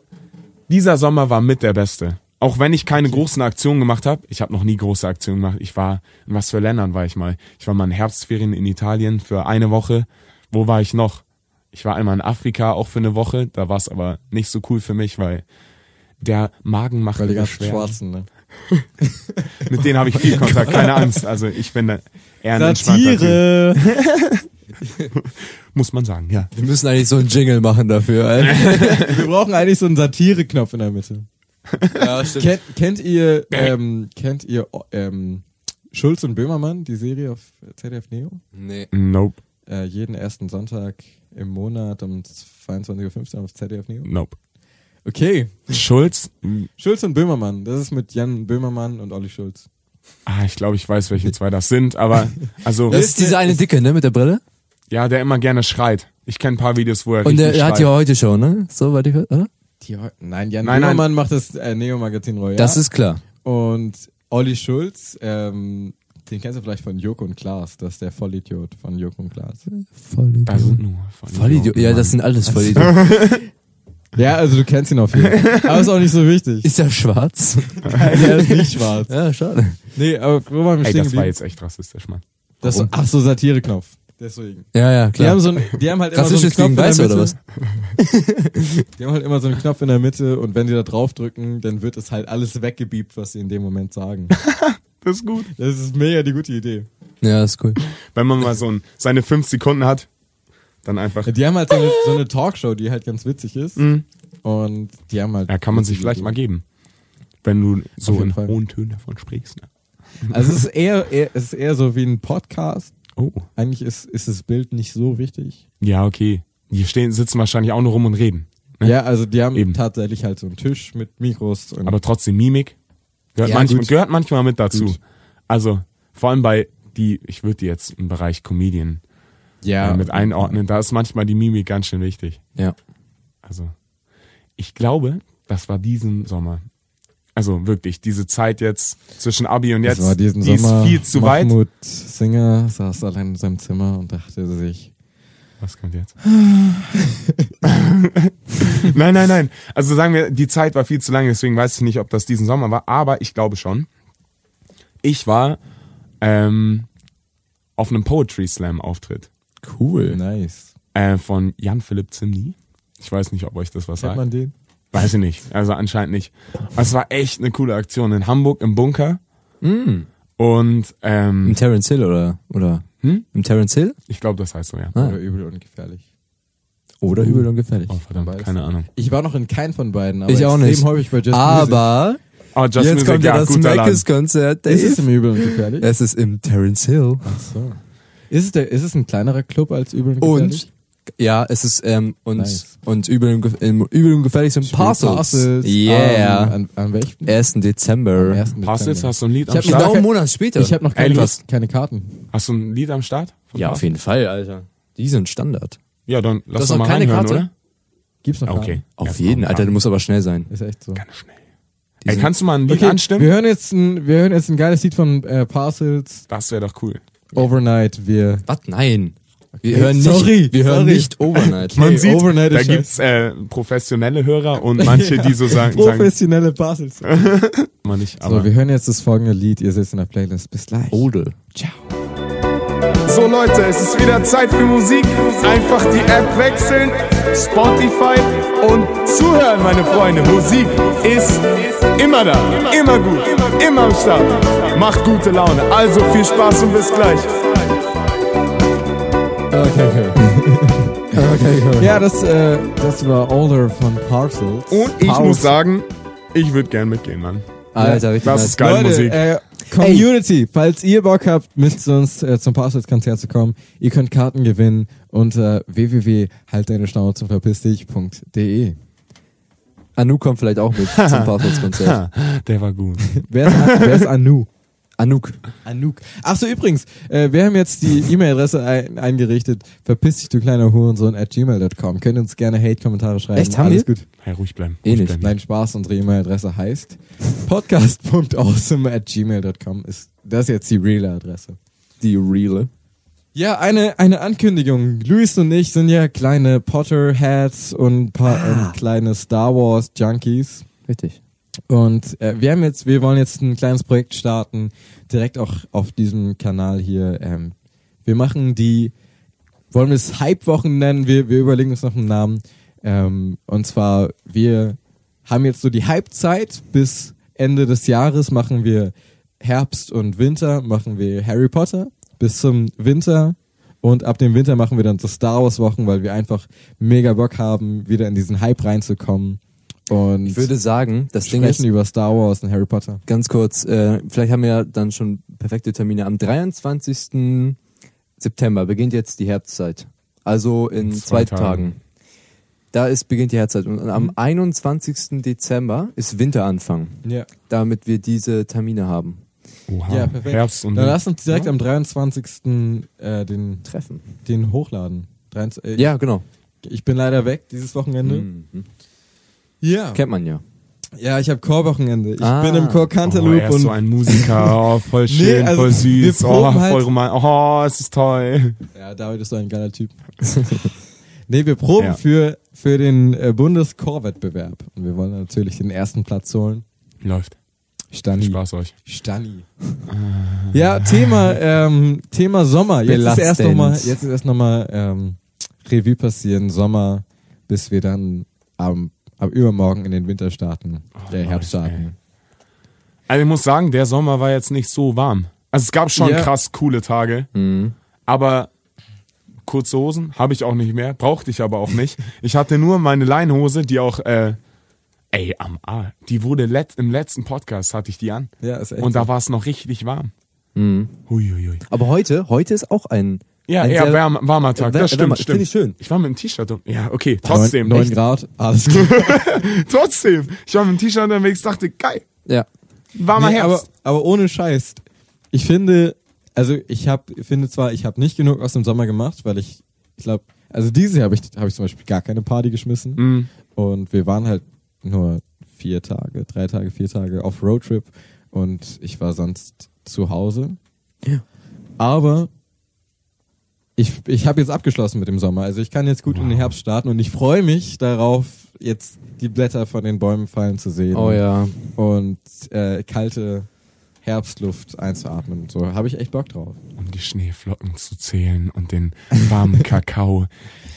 Speaker 1: dieser Sommer war mit der beste. Auch wenn ich keine großen Aktionen gemacht habe, ich habe noch nie große Aktionen gemacht. Ich war, in was für Ländern war ich mal? Ich war mal in Herbstferien in Italien für eine Woche. Wo war ich noch? Ich war einmal in Afrika auch für eine Woche. Da war es aber nicht so cool für mich, weil der Magen macht
Speaker 2: Weil die
Speaker 1: mir
Speaker 2: ganzen
Speaker 1: schwer.
Speaker 2: Schwarzen, ne?
Speaker 1: Mit denen habe ich viel Kontakt, keine Angst. Also ich bin da eher ein entspannter Typ,
Speaker 2: Satire!
Speaker 1: muss man sagen, ja.
Speaker 3: Wir müssen eigentlich so einen Jingle machen dafür, ey.
Speaker 2: Wir brauchen eigentlich so einen Satire-Knopf in der Mitte.
Speaker 3: ja, stimmt.
Speaker 2: Kennt, kennt ihr,
Speaker 1: Äh.
Speaker 2: ähm, kennt ihr oh, ähm, Schulz und Böhmermann, die Serie auf ZDF Neo?
Speaker 3: Nee.
Speaker 1: Nope,
Speaker 2: Äh, jeden ersten Sonntag im Monat um 22.15 Uhr auf ZDF Neo.
Speaker 1: nope.
Speaker 2: Okay.
Speaker 1: Schulz?
Speaker 2: Schulz und Böhmermann, das ist mit Jan Böhmermann und Olli Schulz.
Speaker 1: Ah, ich glaube, ich weiß, welche zwei das sind, aber also
Speaker 3: Das ist diese eine Dicke, ne, mit der Brille?
Speaker 1: ja, der immer gerne schreit. Ich kenne ein paar Videos, wo er
Speaker 3: Und der,
Speaker 1: richtig
Speaker 3: der hat
Speaker 1: schreit.
Speaker 3: ja heute schon, ne? So, warte, ich- oder?
Speaker 2: Die, Ho- nein, Jan
Speaker 1: Nein, nein.
Speaker 2: Böhmermann macht das äh, Neo-Magazin Royal.
Speaker 3: Das ist klar.
Speaker 2: Und Olli Schulz, ähm, den kennst du vielleicht von Joko und Klaas, das ist der Vollidiot von Joko und Klaas.
Speaker 1: Das
Speaker 3: Vollidiot.
Speaker 1: sind nur
Speaker 3: Vollidiot.
Speaker 1: Vollidioten,
Speaker 3: Ja,
Speaker 1: Mann.
Speaker 3: das sind alles Vollidioten.
Speaker 2: Ja, also du kennst ihn auf jeden Fall. Aber ist auch nicht so wichtig.
Speaker 3: Ist er schwarz?
Speaker 2: Der ist nicht schwarz.
Speaker 3: Ja, schade.
Speaker 2: Nee, aber wo waren
Speaker 1: Ey,
Speaker 2: wir stehen
Speaker 1: das war
Speaker 2: geblieben?
Speaker 1: jetzt echt rassistisch, Mann.
Speaker 2: Das so, ach so, Satire-Knopf. Deswegen.
Speaker 3: Ja, ja,
Speaker 2: Die haben,
Speaker 3: klar.
Speaker 2: so ein, die haben halt immer so einen
Speaker 3: Rassistisches
Speaker 2: Knopf in
Speaker 3: gegen
Speaker 2: der
Speaker 3: Weiß
Speaker 2: Mitte.
Speaker 3: oder was?
Speaker 2: Die haben halt immer so einen Knopf in der Mitte und wenn sie da draufdrücken, dann wird es halt alles weggebiebt, was sie in dem Moment sagen.
Speaker 1: Das ist gut.
Speaker 2: Das ist mega die gute Idee.
Speaker 3: Ja, ist cool.
Speaker 1: Wenn man mal so ein, seine fünf Sekunden hat, dann einfach.
Speaker 2: Ja, Die haben halt so eine, so eine Talkshow, die halt ganz witzig ist.
Speaker 1: Mhm.
Speaker 2: Und die haben halt.
Speaker 1: Ja, kann man sich vielleicht mal geben. Wenn du so
Speaker 2: jeden
Speaker 1: in
Speaker 2: Fall.
Speaker 1: hohen Tönen davon sprichst. Ne?
Speaker 2: Also es ist eher, eher, es ist eher so wie ein Podcast.
Speaker 1: Oh.
Speaker 2: Eigentlich ist, ist das Bild nicht so wichtig.
Speaker 1: Ja, okay. Die stehen, sitzen wahrscheinlich auch nur rum und reden. Ne?
Speaker 2: Ja, also die haben
Speaker 1: Eben.
Speaker 2: tatsächlich halt so einen Tisch mit Mikros und
Speaker 1: Aber trotzdem Mimik gehört,
Speaker 2: Ja,
Speaker 1: manchmal,
Speaker 2: gut.
Speaker 1: gehört manchmal mit dazu.
Speaker 2: Gut.
Speaker 1: Also, vor allem bei die, ich würde die jetzt im Bereich Comedian
Speaker 2: ja,
Speaker 1: äh, mit einordnen, da ist manchmal die Mimik ganz schön wichtig.
Speaker 3: Ja.
Speaker 1: Also, ich glaube, das war diesen Sommer. Also wirklich, diese Zeit jetzt zwischen Abi und
Speaker 2: Das
Speaker 1: jetzt,
Speaker 2: war diesen
Speaker 1: die
Speaker 2: Sommer,
Speaker 1: ist viel zu weit.
Speaker 2: Mahmoud Singer saß allein in seinem Zimmer und dachte sich,
Speaker 1: Was kommt jetzt? nein, nein, nein. Also sagen wir, die Zeit war viel zu lang, deswegen weiß ich nicht, ob das diesen Sommer war, aber ich glaube schon. Ich war ähm, auf einem Poetry Slam Auftritt.
Speaker 3: Cool.
Speaker 2: nice.
Speaker 1: äh, von Jan Philipp Zimny. Ich weiß nicht, ob euch das was
Speaker 2: Kennt
Speaker 1: sagt.
Speaker 2: man den?
Speaker 1: Weiß ich nicht. Also anscheinend nicht. Es war echt eine coole Aktion in Hamburg im Bunker. Und
Speaker 3: Im
Speaker 1: ähm,
Speaker 3: Terence Hill oder, oder
Speaker 1: Hm?
Speaker 3: im Terence Hill?
Speaker 1: ich glaube, das heißt so, ja.
Speaker 3: Ah.
Speaker 2: Oder übel und gefährlich.
Speaker 3: Oder übel und gefährlich.
Speaker 1: Oh, verdammt,
Speaker 2: Weiß.
Speaker 1: keine Ahnung.
Speaker 2: Ich war noch in keinem von beiden, aber
Speaker 3: Ich auch
Speaker 2: extrem
Speaker 3: nicht.
Speaker 2: häufig bei Just Music.
Speaker 3: Aber
Speaker 1: Oh, Just
Speaker 3: jetzt
Speaker 1: Music,
Speaker 3: kommt ja
Speaker 1: ja,
Speaker 3: das
Speaker 1: guter Laden.
Speaker 3: Mackes-Konzert,
Speaker 2: Ist es
Speaker 3: Dave.
Speaker 2: im Übel und gefährlich?
Speaker 3: Es ist im Terence Hill.
Speaker 2: Ach so. Ist es, der, ist es ein kleinerer Club als Übel und gefährlich?
Speaker 3: Und ja, es ist ähm, und
Speaker 2: Nice.
Speaker 3: und übel und, gef- im übel und gefährlich sind Parcels.
Speaker 2: Parcels.
Speaker 3: Yeah.
Speaker 2: An, an, an welchem?
Speaker 3: 1. Dezember.
Speaker 2: 1.
Speaker 1: Parcels,
Speaker 2: Dezember.
Speaker 1: hast du ein Lied
Speaker 2: Ich
Speaker 1: am
Speaker 2: hab mich
Speaker 1: Start?
Speaker 3: Genau einen Monat später.
Speaker 2: Ich habe noch keine,
Speaker 3: Etwas.
Speaker 2: keine Karten.
Speaker 1: Hast du ein Lied am Start? von
Speaker 3: Ja, auf
Speaker 1: Parcels?
Speaker 3: jeden Fall, Alter. Die sind Standard.
Speaker 1: Ja, dann lass
Speaker 3: hast
Speaker 1: doch
Speaker 3: noch
Speaker 1: mal
Speaker 3: keine
Speaker 1: reinhören,
Speaker 3: Karte?
Speaker 1: oder?
Speaker 2: Gibt's noch
Speaker 1: Ah,
Speaker 2: Karten?
Speaker 1: Okay.
Speaker 3: Auf
Speaker 1: Erst
Speaker 3: jeden,
Speaker 1: mal
Speaker 3: Alter, du musst aber schnell sein.
Speaker 2: Ist echt so.
Speaker 1: Ganz schnell. Ey, kannst du mal ein Lied
Speaker 2: Okay,
Speaker 1: anstimmen?
Speaker 2: wir hören jetzt ein, wir hören jetzt ein geiles Lied von äh, Parcels
Speaker 1: Das wäre doch cool.
Speaker 2: Overnight. Wir
Speaker 3: Was? Nein. Wir
Speaker 2: Okay,
Speaker 3: hören nicht,
Speaker 2: sorry,
Speaker 3: wir hören
Speaker 2: sorry.
Speaker 3: nicht Overnight.
Speaker 2: Man- Ey, Overnight
Speaker 1: da
Speaker 2: ist scheiße.
Speaker 1: gibt's äh, professionelle Hörer und manche, die so sagen, sagen
Speaker 2: professionelle Parcels.
Speaker 1: man nicht. Aber Oh,
Speaker 2: So, wir hören jetzt das folgende Lied. Ihr seht es in der Playlist. Bis gleich.
Speaker 3: Odel.
Speaker 2: Ciao.
Speaker 1: So Leute, es ist wieder Zeit für Musik. Einfach die App wechseln, Spotify und zuhören, meine Freunde. Musik ist immer da, immer gut, immer am Start. Macht gute Laune. Also viel Spaß und bis gleich.
Speaker 2: Okay, Ja, das, äh, das war Older von Parcels.
Speaker 1: Und ich muss sagen, ich würde gern mitgehen, Mann.
Speaker 3: Alter, richtig
Speaker 1: Das
Speaker 3: nice.
Speaker 1: ist geile
Speaker 2: Leute,
Speaker 1: Musik.
Speaker 2: Äh, Community, falls ihr Bock habt, mit uns äh, zum Parcels-Konzert zu kommen, ihr könnt Karten gewinnen äh, unter www.haltdeineschnauze-verpiss-dich.de.
Speaker 3: Anu kommt vielleicht auch mit zum Parcels-Konzert.
Speaker 1: äh, der war gut.
Speaker 2: Wer ist, wer ist Anu?
Speaker 3: Anouk.
Speaker 2: Anouk. Ach so, übrigens, äh, wir haben jetzt die E-Mail-Adresse ein eingerichtet. Verpiss dich, du kleiner Hurensohn, at gmail.com. Könnt uns gerne Hate-Kommentare schreiben.
Speaker 3: Echt, haben
Speaker 2: Alles
Speaker 3: wir?
Speaker 2: gut.
Speaker 1: Hey, ruhig bleiben.
Speaker 3: Eh
Speaker 1: ruhig
Speaker 3: nicht.
Speaker 1: bleiben.
Speaker 2: Nein, Spaß. Unsere E-Mail-Adresse heißt podcast.awesome at gmail.com. Ist das jetzt die reale Adresse?
Speaker 3: Die Reale.
Speaker 2: Ja, eine, eine Ankündigung. Luis und ich sind ja kleine Potter-Heads und paar,
Speaker 3: Ah.
Speaker 2: ähm, kleine Star Wars-Junkies.
Speaker 3: Richtig.
Speaker 2: Und äh, wir haben jetzt, wir wollen jetzt ein kleines Projekt starten, direkt auch auf diesem Kanal hier. Ähm, wir machen die, wollen wir es Hype-Wochen nennen? Wir, wir überlegen uns noch einen Namen. Ähm, und zwar, wir haben jetzt so die Hype-Zeit bis Ende des Jahres machen wir Herbst und Winter, machen wir Harry Potter bis zum Winter. Und ab dem Winter machen wir dann so Star Wars Wochen, weil wir einfach mega Bock haben, wieder in diesen Hype reinzukommen. Und
Speaker 3: Ich würde sagen, das Ding ist,
Speaker 2: sprechen über Star Wars und Harry Potter.
Speaker 3: ganz kurz, äh, vielleicht haben wir ja dann schon perfekte Termine. Am 23. September beginnt jetzt die Herbstzeit. Also in, zwei,
Speaker 1: zwei
Speaker 3: Tagen. Mhm.
Speaker 1: Tagen.
Speaker 3: Da ist, beginnt die Herbstzeit. Und am 21. Dezember ist Winteranfang,
Speaker 2: Ja,
Speaker 3: damit wir diese Termine haben.
Speaker 1: Oha.
Speaker 2: ja perfekt.
Speaker 1: Herbst und
Speaker 2: Dann lass uns direkt am 23. Äh, den,
Speaker 3: Treffen.
Speaker 2: den hochladen. 23, äh,
Speaker 3: Ja, genau.
Speaker 2: Ich bin leider weg dieses Wochenende.
Speaker 1: Hm.
Speaker 3: Mhm.
Speaker 2: Ja.
Speaker 3: Kennt man ja.
Speaker 2: Ja, ich habe Chorwochenende. Ich
Speaker 3: Ah.
Speaker 2: bin im Chor
Speaker 1: Oh,
Speaker 2: Cantaloupe
Speaker 1: er ist
Speaker 2: und
Speaker 1: so ein Musiker, oh, voll schön,
Speaker 2: also,
Speaker 1: voll
Speaker 2: wir
Speaker 1: süß, oh,
Speaker 2: proben halt-
Speaker 1: voll romantisch, oh, es ist toll.
Speaker 2: ja, David ist so ein geiler Typ. nee, wir proben
Speaker 1: Ja.
Speaker 2: für für den äh, Bundeschorwettbewerb und wir wollen natürlich den ersten Platz holen.
Speaker 1: Läuft. Viel
Speaker 2: Stani.
Speaker 1: Spaß euch.
Speaker 2: Stani. Ja, Thema, ähm, Thema Sommer. Jetzt ist
Speaker 3: Belastend.
Speaker 2: erst nochmal, jetzt ist erst nochmal ähm, Revue passieren, Sommer, bis wir dann am, am Übermorgen in den Winter starten, der
Speaker 1: Oh, Leute,
Speaker 2: Herbst
Speaker 1: ey.
Speaker 2: starten.
Speaker 1: Also ich muss sagen, der Sommer war jetzt nicht so warm. Also es gab schon
Speaker 2: Ja. Mhm.
Speaker 1: krass coole Tage, aber kurze Hosen habe ich auch nicht mehr, brauchte ich aber auch nicht. Ich hatte nur meine Leinhose, die auch, äh, ey, am A, die wurde let im letzten Podcast hatte ich die an
Speaker 2: Ja, ist echt. Mhm.
Speaker 1: und da war es noch richtig warm. Huiuiui.
Speaker 3: Aber heute, heute ist auch ein,
Speaker 1: Ja,
Speaker 3: ein
Speaker 1: eher
Speaker 3: sehr-
Speaker 1: wärm, warmer Tag,
Speaker 3: wär-
Speaker 1: das stimmt,
Speaker 3: wärmer-
Speaker 1: stimmt.
Speaker 3: Finde ich schön.
Speaker 1: Ich war mit dem T-Shirt und, ja, okay,
Speaker 2: Neun-
Speaker 1: trotzdem.
Speaker 2: neun
Speaker 1: echt.
Speaker 2: Grad, alles gut.
Speaker 1: Trotzdem, ich war mit dem T-Shirt unterwegs, dachte, geil,
Speaker 3: Ja.
Speaker 1: warmer
Speaker 2: Nee, aber,
Speaker 1: Herbst.
Speaker 2: aber ohne Scheiß. Ich finde, also ich hab, finde zwar, ich habe nicht genug aus dem Sommer gemacht, weil ich, ich glaube, also dieses Jahr habe ich, hab ich zum Beispiel gar keine Party geschmissen. Und wir waren halt nur vier Tage, drei Tage, vier Tage auf Roadtrip und ich war sonst zu Hause.
Speaker 3: Ja.
Speaker 2: Aber ich, ich habe jetzt abgeschlossen mit dem Sommer. Also ich kann jetzt gut in den Herbst starten und ich freue mich darauf, jetzt die Blätter von den Bäumen fallen zu sehen.
Speaker 3: Oh ja.
Speaker 2: Und äh, kalte Herbstluft einzuatmen und so. Habe ich echt Bock drauf.
Speaker 1: Um die Schneeflocken zu zählen und den warmen Kakao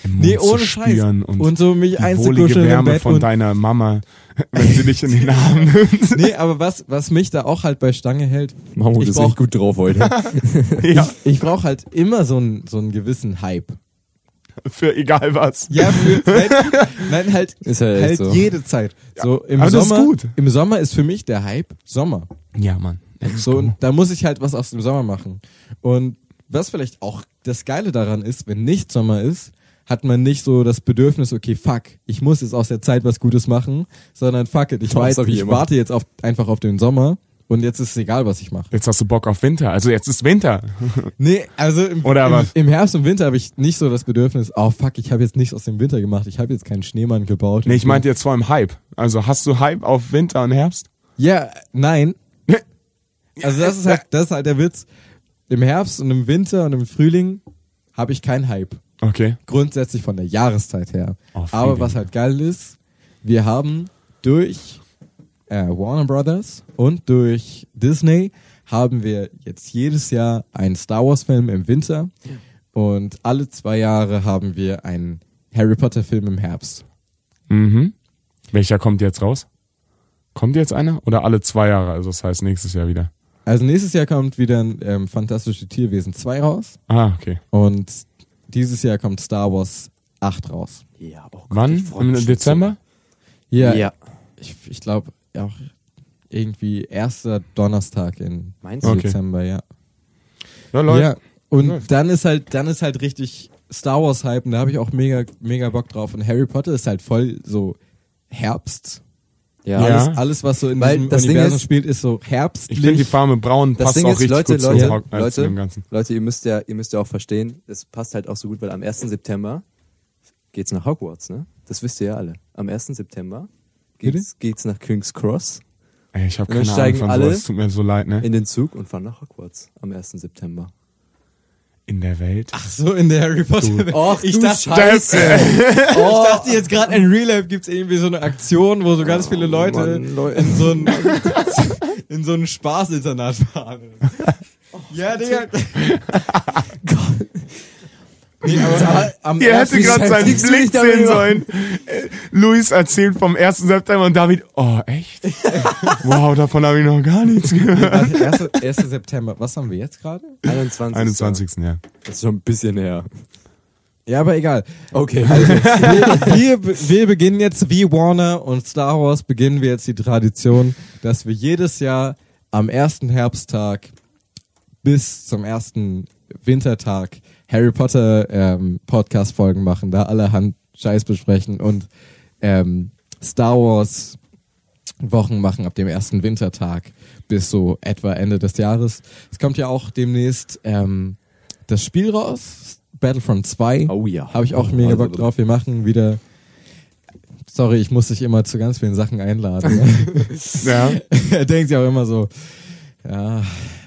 Speaker 1: im Mund
Speaker 2: Nee,
Speaker 1: zu
Speaker 2: ohne Scheiß.
Speaker 1: spüren und,
Speaker 2: Und so
Speaker 1: die
Speaker 2: mich
Speaker 1: wohlige
Speaker 2: einzukuscheln im
Speaker 1: Wärme
Speaker 2: Bett
Speaker 1: von
Speaker 2: und
Speaker 1: deiner Mama, wenn sie dich in den Arm nimmt.
Speaker 2: Nee, aber was, was mich da auch halt bei Stange hält,
Speaker 3: Mahmoud
Speaker 2: Ich
Speaker 3: ist
Speaker 2: brauch-
Speaker 3: echt gut drauf heute.
Speaker 1: ja,
Speaker 2: ich brauche halt immer so einen, so einen gewissen Hype.
Speaker 1: für egal was.
Speaker 2: Ja, für, nein, nein, halt,
Speaker 3: Ist ja echt
Speaker 2: halt
Speaker 3: so.
Speaker 2: jede Zeit. So im
Speaker 1: aber das ist
Speaker 2: Sommer,
Speaker 1: gut.
Speaker 2: Im Sommer ist für mich der Hype Sommer.
Speaker 1: Ja, Mann.
Speaker 2: So, und da muss ich halt was aus dem Sommer machen. Und was vielleicht auch das Geile daran ist, wenn nicht Sommer ist, hat man nicht so das Bedürfnis, okay, fuck, ich muss jetzt aus der Zeit was Gutes machen, sondern fuck it, ich
Speaker 3: Das
Speaker 2: weiß,
Speaker 3: hab
Speaker 2: ich
Speaker 3: ich immer.
Speaker 2: warte jetzt auf, einfach auf den Sommer und jetzt ist es egal, was ich mache.
Speaker 1: Jetzt hast du Bock auf Winter. Also jetzt ist Winter.
Speaker 2: Nee, also im,
Speaker 1: Oder
Speaker 2: im,
Speaker 1: was?
Speaker 2: im Herbst und Winter habe ich nicht so das Bedürfnis, oh fuck, ich habe jetzt nichts aus dem Winter gemacht, ich habe jetzt keinen Schneemann gebaut.
Speaker 1: Nee, ich meinte jetzt vor allem Hype. Also hast du Hype auf Winter und Herbst?
Speaker 2: Ja, nein. Also das ist halt, das ist halt der Witz. Im Herbst und im Winter und im Frühling habe ich keinen Hype.
Speaker 1: Okay.
Speaker 2: Grundsätzlich von der Jahreszeit her.
Speaker 1: Oh, Frühling.
Speaker 2: Aber was halt geil ist, wir haben durch äh, Warner Brothers und durch Disney haben wir jetzt jedes Jahr einen Star Wars Film im Winter und alle zwei Jahre haben wir einen Harry Potter Film im Herbst.
Speaker 1: Mhm. Welcher kommt jetzt raus? Kommt jetzt einer? Oder alle zwei Jahre? Also das heißt nächstes Jahr wieder.
Speaker 2: Also nächstes Jahr kommt wieder ein, ähm, Fantastische Tierwesen 2 raus.
Speaker 1: Ah, okay.
Speaker 2: Und dieses Jahr kommt Star Wars 8 raus.
Speaker 3: ja, oh Gott,
Speaker 1: Wann?
Speaker 3: ich freu mich
Speaker 1: Im
Speaker 3: schon
Speaker 1: Dezember?
Speaker 3: so.
Speaker 2: Ja,
Speaker 3: Ja.
Speaker 2: ich, ich glaube auch irgendwie erster Donnerstag in
Speaker 3: Meinst
Speaker 1: du? Okay.
Speaker 2: Dezember, ja.
Speaker 1: Ja, läuft.
Speaker 2: Ja, und
Speaker 1: Läuft.
Speaker 2: dann ist halt dann ist halt richtig Star Wars Hype und da habe ich auch mega mega Bock drauf und Harry Potter ist halt voll so Herbst.
Speaker 3: Ja.
Speaker 1: Ja.
Speaker 2: Alles, alles was so in
Speaker 3: Weil
Speaker 2: diesem
Speaker 3: das Ding
Speaker 2: Universum
Speaker 3: ist-
Speaker 2: spielt ist so herbstlich.
Speaker 1: Ich finde die Farbe braun
Speaker 3: Das
Speaker 1: passt
Speaker 3: Ding
Speaker 1: auch
Speaker 3: ist,
Speaker 1: richtig
Speaker 3: Leute,
Speaker 1: gut
Speaker 3: Leute,
Speaker 1: zu, Rock- äh, zu
Speaker 3: Leute,
Speaker 1: dem Ganzen.
Speaker 3: Leute, ihr müsst ja, ihr müsst ja auch verstehen, das passt halt auch so gut, weil am 1. September geht's nach Hogwarts, ne? Das wisst ihr ja alle. Am 1. September geht's, geht's nach King's Cross
Speaker 1: Ey, ich habe
Speaker 3: Und
Speaker 1: keine
Speaker 3: dann
Speaker 1: Ahnung
Speaker 3: steigen
Speaker 1: von
Speaker 3: alle
Speaker 1: sowas. Tut mir so leid, ne?
Speaker 3: in den Zug und fahren nach Hogwarts am 1. September.
Speaker 1: In der Welt.
Speaker 2: Ach so in der Harry Potter.
Speaker 1: Oh,
Speaker 3: Och,
Speaker 2: ich
Speaker 3: du
Speaker 2: dachte,
Speaker 1: Scheiße. Oh.
Speaker 2: ich dachte jetzt gerade in Real Life gibt's irgendwie so eine Aktion, wo so
Speaker 1: Oh,
Speaker 2: ganz viele Leute
Speaker 3: Mann, Leute.
Speaker 2: in so ein in so ein Spaßinternat fahren.
Speaker 1: Oh,
Speaker 2: ja, Digga. nee, aber am
Speaker 1: Ihr
Speaker 2: ersten-
Speaker 1: hättet gerade
Speaker 3: Seiten
Speaker 1: seinen
Speaker 3: nichts will
Speaker 1: Blick
Speaker 3: ich darüber
Speaker 1: sehen sollen. Äh, Luis erzählt vom 1. September und David, oh, echt? wow, davon habe ich noch gar nichts gehört.
Speaker 2: Warte, 1. 1. September. Was haben wir jetzt gerade?
Speaker 3: 21.
Speaker 1: 21. Ja.
Speaker 3: Das ist schon ein bisschen her.
Speaker 2: Ja, aber egal.
Speaker 3: Okay. also,
Speaker 2: Wir, wir, wir beginnen jetzt wie Warner und Star Wars beginnen wir jetzt die Tradition, dass wir jedes Jahr am ersten Herbsttag bis zum ersten Wintertag Harry Potter ähm, Podcast Folgen machen, da allerhand Scheiß besprechen und ähm, Star Wars Wochen machen ab dem ersten Wintertag bis so etwa Ende des Jahres. Es kommt ja auch demnächst ähm, das Spiel raus, Battlefront 2.
Speaker 3: Oh ja.
Speaker 2: Habe ich
Speaker 1: Also
Speaker 2: auch mega Bock drauf. Wir machen wieder. Sorry, ich muss dich immer zu ganz vielen Sachen einladen. ne?
Speaker 1: ja.
Speaker 2: er denkt sich auch immer so. Ja,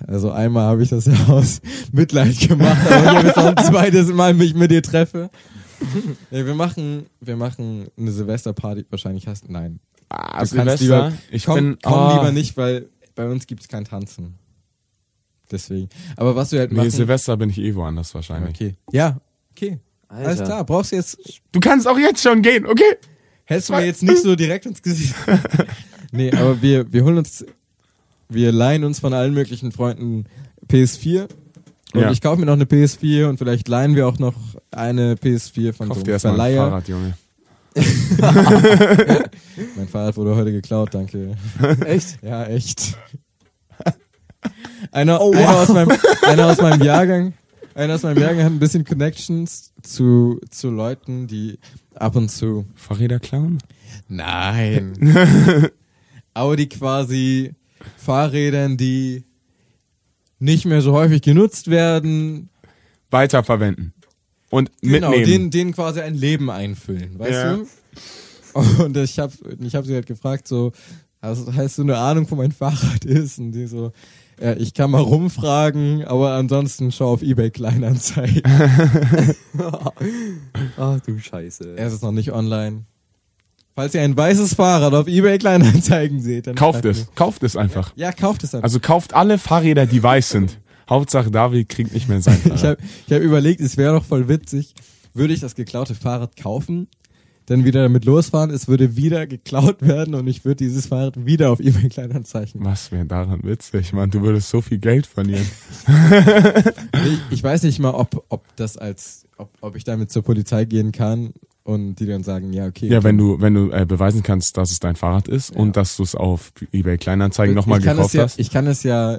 Speaker 2: also einmal habe ich das ja aus Mitleid gemacht, aber wenn ich noch ein zweites Mal mich mit dir treffe. Nee, wir machen, wir machen eine Silvesterparty. Wahrscheinlich hast nein.
Speaker 1: Ah,
Speaker 2: Du kannst lieber,
Speaker 1: ich
Speaker 2: komm,
Speaker 1: bin,
Speaker 2: komm
Speaker 1: oh,
Speaker 2: lieber nicht, weil bei uns gibt's kein Tanzen. Deswegen. Aber was wir halt
Speaker 1: Nee,
Speaker 2: machen.
Speaker 1: Silvester bin ich eh woanders wahrscheinlich.
Speaker 2: Okay. Ja. Okay.
Speaker 3: Alter.
Speaker 2: Alles klar. Brauchst du jetzt
Speaker 1: Du kannst auch jetzt schon gehen, okay?
Speaker 2: Hättest du mir jetzt nicht so direkt ins Gesicht. nee, aber wir, wir holen uns, wir leihen uns von allen möglichen Freunden PS4. Und
Speaker 1: Ja.
Speaker 2: ich kaufe mir noch eine PS4 und vielleicht leihen wir auch noch eine PS4 von
Speaker 1: Kauf
Speaker 2: so
Speaker 1: dir
Speaker 2: einem
Speaker 1: erstmal ein
Speaker 2: Verleiher.
Speaker 1: Fahrrad, Junge.
Speaker 2: Mein Fahrrad wurde heute geklaut, danke.
Speaker 3: Echt?
Speaker 2: Ja, echt. Einer, einer, aus meinem, einer aus meinem Jahrgang, einer aus meinem Jahrgang hat ein bisschen Connections zu, zu Leuten, die ab und zu
Speaker 1: Fahrräder klauen?
Speaker 2: Nein. Audi quasi Fahrrädern, die nicht mehr so häufig genutzt werden.
Speaker 1: Weiterverwenden. Und
Speaker 2: Genau,
Speaker 1: mitnehmen.
Speaker 2: denen, denen quasi ein Leben einfüllen, weißt
Speaker 1: Ja.
Speaker 2: du? Und ich habe ich hab sie halt gefragt, so, hast, hast du eine Ahnung, wo mein Fahrrad ist? Und die so, ja, ich kann mal rumfragen, aber ansonsten schau auf Ebay Kleinanzeigen.
Speaker 3: Ach Ah, du Scheiße.
Speaker 2: er ist noch nicht online. Falls ihr ein weißes Fahrrad auf eBay Kleinanzeigen seht, dann
Speaker 1: Kauft
Speaker 2: schreibt
Speaker 1: es. Kauft es einfach.
Speaker 2: mir. Ja, kauft es einfach.
Speaker 1: Also kauft alle Fahrräder, die weiß sind. Hauptsache David kriegt nicht mehr sein
Speaker 2: Ich
Speaker 1: Fahrrad.
Speaker 2: habe ich hab überlegt, es wäre doch voll witzig, würde ich das geklaute Fahrrad kaufen, dann wieder damit losfahren, es würde wieder geklaut werden und ich würde dieses Fahrrad wieder auf eBay Kleinanzeigen.
Speaker 1: Was wäre daran witzig, Mann? Du würdest so viel Geld verlieren.
Speaker 2: Ich, ich weiß nicht mal, ob, ob das als, ob, ob ich damit zur Polizei gehen kann und die dann sagen, ja, okay.
Speaker 1: Ja, wenn du, wenn du äh, beweisen kannst, dass es dein Fahrrad ist und dass du es auf eBay Kleinanzeigen nochmal
Speaker 2: ich kann
Speaker 1: gekauft
Speaker 2: es ja,
Speaker 1: hast.
Speaker 2: Ich kann es ja,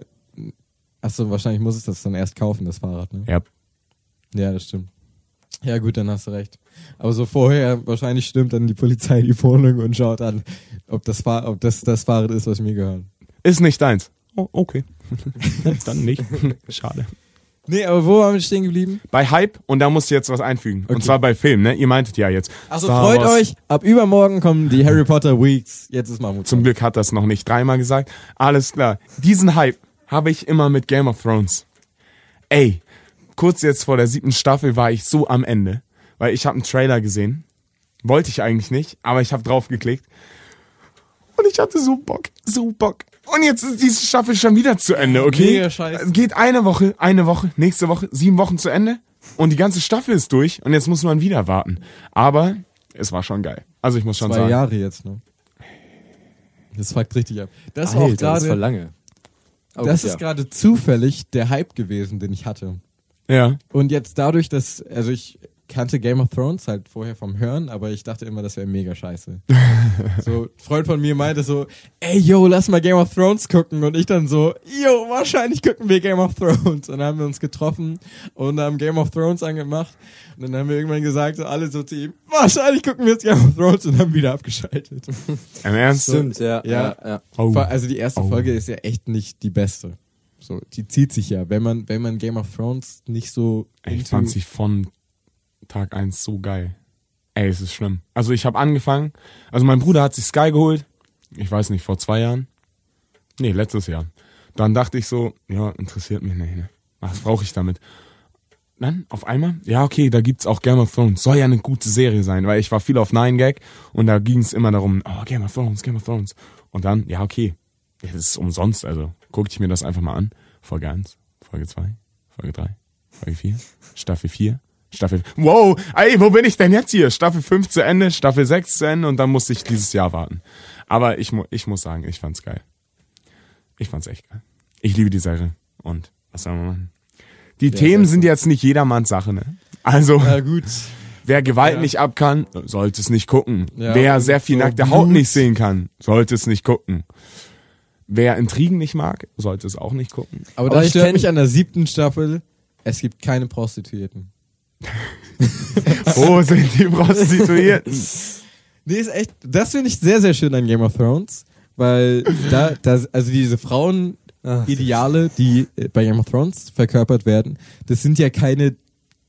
Speaker 2: achso, wahrscheinlich muss ich das dann erst kaufen, das Fahrrad, ne?
Speaker 1: Ja,
Speaker 2: Ja, das stimmt. Ja, gut, dann hast du recht. Aber so vorher, wahrscheinlich stürmt dann die Polizei in die Wohnung und schaut an, ob das, Fahr ob das, das Fahrrad ist, was mir gehört.
Speaker 1: ist nicht deins. Oh, okay. Dann nicht. Schade.
Speaker 2: Nee, aber wo waren wir stehen geblieben?
Speaker 1: Bei Hype und da musst du jetzt was einfügen. Und zwar bei Film, ne? Ihr meintet ja jetzt.
Speaker 2: Also
Speaker 1: Star
Speaker 2: freut
Speaker 1: Wars.
Speaker 2: euch, ab übermorgen kommen die Harry Potter Weeks. Jetzt ist Mammut.
Speaker 1: Zum Glück hat das noch nicht dreimal gesagt. Alles klar. Diesen Hype habe ich immer mit Game of Thrones. Ey, kurz jetzt vor der siebten Staffel war ich so am Ende, weil ich habe einen Trailer gesehen. Wollte ich eigentlich nicht, aber ich habe drauf geklickt. Und ich hatte so Bock, so Bock. Und jetzt ist diese Staffel schon wieder zu Ende, okay?
Speaker 2: Mega scheiße.
Speaker 1: Es geht eine Woche, eine Woche, nächste Woche, sieben Wochen zu Ende. Und die ganze Staffel ist durch und jetzt muss man wieder warten. Aber es war schon geil. Also ich muss schon
Speaker 2: Zwei
Speaker 1: sagen.
Speaker 2: Jahre jetzt, ne? Das fuckt richtig ab. Das Oh,
Speaker 3: Alter,
Speaker 2: ist auch
Speaker 3: das war
Speaker 2: gerade,
Speaker 3: lange. Oh, Aber
Speaker 2: das
Speaker 3: gut,
Speaker 2: ist gerade zufällig der Hype gewesen, den ich hatte.
Speaker 1: Ja.
Speaker 2: Und jetzt dadurch, dass, also ich kannte Game of Thrones halt vorher vom Hören, aber ich dachte immer, das wäre mega scheiße. so, ein Freund von mir meinte so, ey, yo, lass mal Game of Thrones gucken. Und ich dann so, yo, wahrscheinlich gucken wir Game of Thrones. Und dann haben wir uns getroffen und haben Game of Thrones angemacht. Und dann haben wir irgendwann gesagt, so alle so zu ihm, wahrscheinlich gucken wir jetzt Game of Thrones und haben wieder abgeschaltet.
Speaker 1: Im Ernst?
Speaker 3: Stimmt, ja.
Speaker 2: Ja.
Speaker 3: ja. ja.
Speaker 1: Oh.
Speaker 2: Also die erste Folge ist ja echt nicht die beste. So, die zieht sich ja, wenn man, wenn man Game of Thrones nicht so
Speaker 1: Ey, ich
Speaker 2: into-
Speaker 1: fand sie von Tag 1 so geil. Ey, es ist schlimm. Also ich habe angefangen, also mein Bruder hat sich Sky geholt, ich weiß nicht, vor zwei Jahren. Nee, letztes Jahr. Dann dachte ich so, ja, interessiert mich nicht. Ne? Was brauche ich damit? Dann auf einmal, ja, okay, da gibt's auch Game of Thrones. Soll ja eine gute Serie sein, weil ich war viel auf Nine Gag und da ging's immer darum, oh, Game of Thrones, Game of Thrones. Und dann, ja, okay, das ist umsonst, also guckte ich mir das einfach mal an. Folge 1, Folge 2, Folge 3, Folge 4, Staffel 4, Staffel. Wow, ey, wo bin ich denn jetzt hier? Staffel 5 zu Ende, Staffel 6 zu Ende und dann musste ich dieses Jahr warten. Aber ich, mu ich muss sagen, ich fand's geil. Ich fand's echt geil. Ich liebe die Serie. Und was soll man machen? Die Themen sind jetzt nicht jedermanns Sache, ne? Also,
Speaker 2: Ja, gut.
Speaker 1: wer Gewalt nicht ab kann, sollte es nicht gucken.
Speaker 2: Ja,
Speaker 1: wer sehr viel
Speaker 2: so
Speaker 1: nackte Haut
Speaker 2: Blut.
Speaker 1: nicht sehen kann, sollte es nicht gucken. Wer Intrigen nicht mag, sollte es auch nicht gucken.
Speaker 2: Aber,
Speaker 3: Aber
Speaker 2: das
Speaker 3: ich
Speaker 2: stört
Speaker 3: kenn-
Speaker 2: mich an der siebten Staffel, es gibt keine Prostituierten.
Speaker 1: Wo sind die Prostituierten?
Speaker 2: Nee, ist echt, das finde ich sehr, sehr schön an Game of Thrones, weil da, da also diese Ah,
Speaker 3: Ach,
Speaker 2: Frauenideale, die äh, bei Game of Thrones verkörpert werden, das sind ja keine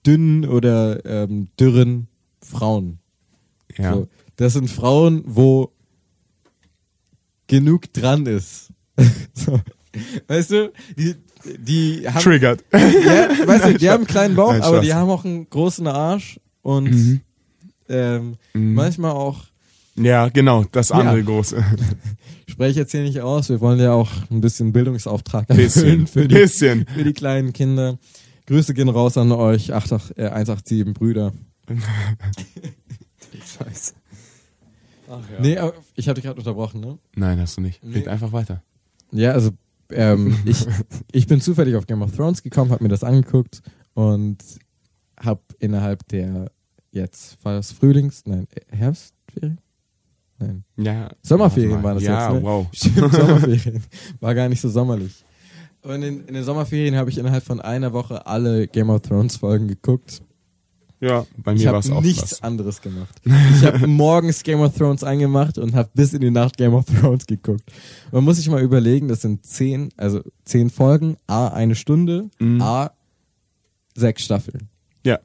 Speaker 2: dünnen oder ähm, dürren Frauen.
Speaker 1: Ja.
Speaker 2: So, das sind Frauen, wo genug dran ist. so. Weißt du, die, die haben
Speaker 1: Triggert.
Speaker 2: Ja, weißt du, die haben einen kleinen Bauch,
Speaker 1: Nein,
Speaker 2: aber die
Speaker 1: Spaß. Mhm.
Speaker 2: haben auch einen großen Arsch und ähm, manchmal auch,
Speaker 1: Ja, genau, das andere
Speaker 2: Ja.
Speaker 1: große.
Speaker 2: spreche ich jetzt hier nicht aus, wir wollen ja auch ein bisschen Bildungsauftrag
Speaker 1: Bisschen.
Speaker 2: erfüllen für die,
Speaker 1: Bisschen.
Speaker 2: für die kleinen Kinder. Grüße gehen raus an euch, 88, äh, 187 Brüder.
Speaker 3: Scheiße. Ach ja.
Speaker 2: Nee, aber ich habe dich gerade unterbrochen, ne?
Speaker 1: Nein, hast du nicht.
Speaker 2: Nee.
Speaker 1: Red einfach weiter.
Speaker 2: Ja, also ähm, ich, ich bin zufällig auf Game of Thrones gekommen, habe mir das angeguckt und habe innerhalb der jetzt war das Frühlings, nein, äh, Herbstferien? Nein.
Speaker 1: Ja.
Speaker 2: Sommerferien
Speaker 1: warte Also mal.
Speaker 2: waren das
Speaker 1: ja,
Speaker 2: jetzt, ne?
Speaker 1: wow.
Speaker 2: Stimmt, Sommerferien. War gar nicht so sommerlich. Und in, in den Sommerferien habe ich innerhalb von einer Woche alle Game of Thrones Folgen geguckt.
Speaker 1: Ja, bei
Speaker 2: Ich
Speaker 1: mir war es
Speaker 2: habe
Speaker 1: auch
Speaker 2: nichts
Speaker 1: was.
Speaker 2: anderes gemacht. Ich habe morgens Game of Thrones angemacht und habe bis in die Nacht Game of Thrones geguckt. Man muss sich mal überlegen, das sind zehn, also zehn Folgen, a eine Stunde,
Speaker 1: Mhm.
Speaker 2: a sechs Staffeln.
Speaker 1: Ja,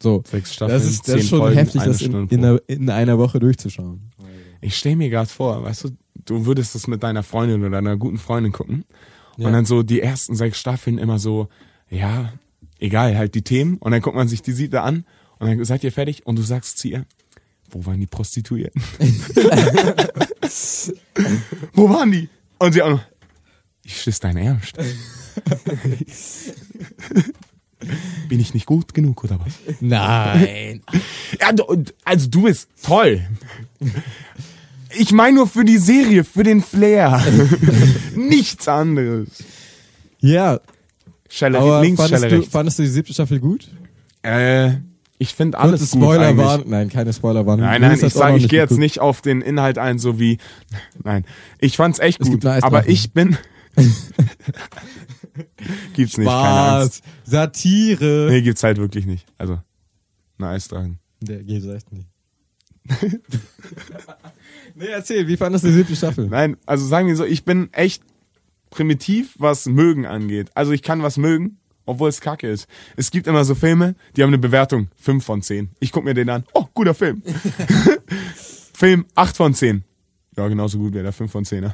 Speaker 2: So,
Speaker 1: sechs Staffeln,
Speaker 2: das ist, das
Speaker 1: zehn
Speaker 2: ist schon
Speaker 1: Folgen,
Speaker 2: heftig,
Speaker 1: eine
Speaker 2: das in,
Speaker 1: Stunde
Speaker 2: in,
Speaker 1: pro.
Speaker 2: einer, in einer Woche durchzuschauen.
Speaker 1: Ich stell mir gerade vor, weißt du, du würdest das mit deiner Freundin oder deiner guten Freundin gucken
Speaker 2: Ja.
Speaker 1: und dann so die ersten sechs Staffeln immer so, ja, egal, halt die Themen und dann guckt man sich die siebte an und dann seid ihr fertig und du sagst zu ihr, wo waren die Prostituierten? wo waren die? Und sie auch noch, ich schiss dein Ernst. Bin ich nicht gut genug oder was?
Speaker 2: Nein.
Speaker 1: Ja, du- und- also du bist toll. Ich meine nur für die Serie, für den Flair. Nichts anderes.
Speaker 2: Ja,
Speaker 1: Scheller
Speaker 2: aber
Speaker 1: links,
Speaker 2: fandest
Speaker 1: Scheller
Speaker 2: du,
Speaker 1: rechts.
Speaker 2: fandest du die siebte Staffel gut?
Speaker 1: Äh, ich finde alles
Speaker 2: Kurze
Speaker 1: gut
Speaker 2: Spoiler
Speaker 1: eigentlich.
Speaker 2: waren. Nein, keine Spoiler waren.
Speaker 1: Nein, nein, ich sage, ich gehe jetzt nicht auf den Inhalt ein, so wie. Nein, ich fand's echt
Speaker 2: Es
Speaker 1: gut,
Speaker 2: gibt einen
Speaker 1: aber
Speaker 2: Eisdrachen.
Speaker 1: ich bin. gibt's nicht, keine Angst.
Speaker 2: Was? Satire.
Speaker 1: Nee, gibt's halt wirklich nicht. Also, ein Eisdrachen.
Speaker 2: Der geht echt nicht. nee, erzähl, wie fandest du die siebte Staffel?
Speaker 1: Nein, also sagen wir so, ich bin echt primitiv, was mögen angeht. Also ich kann was mögen, obwohl es kacke ist. Es gibt immer so Filme, die haben eine Bewertung 5 von 10. Ich guck mir den an. Oh, guter Film. Film 8 von 10. Ja, genauso gut wäre der 5 von 10er.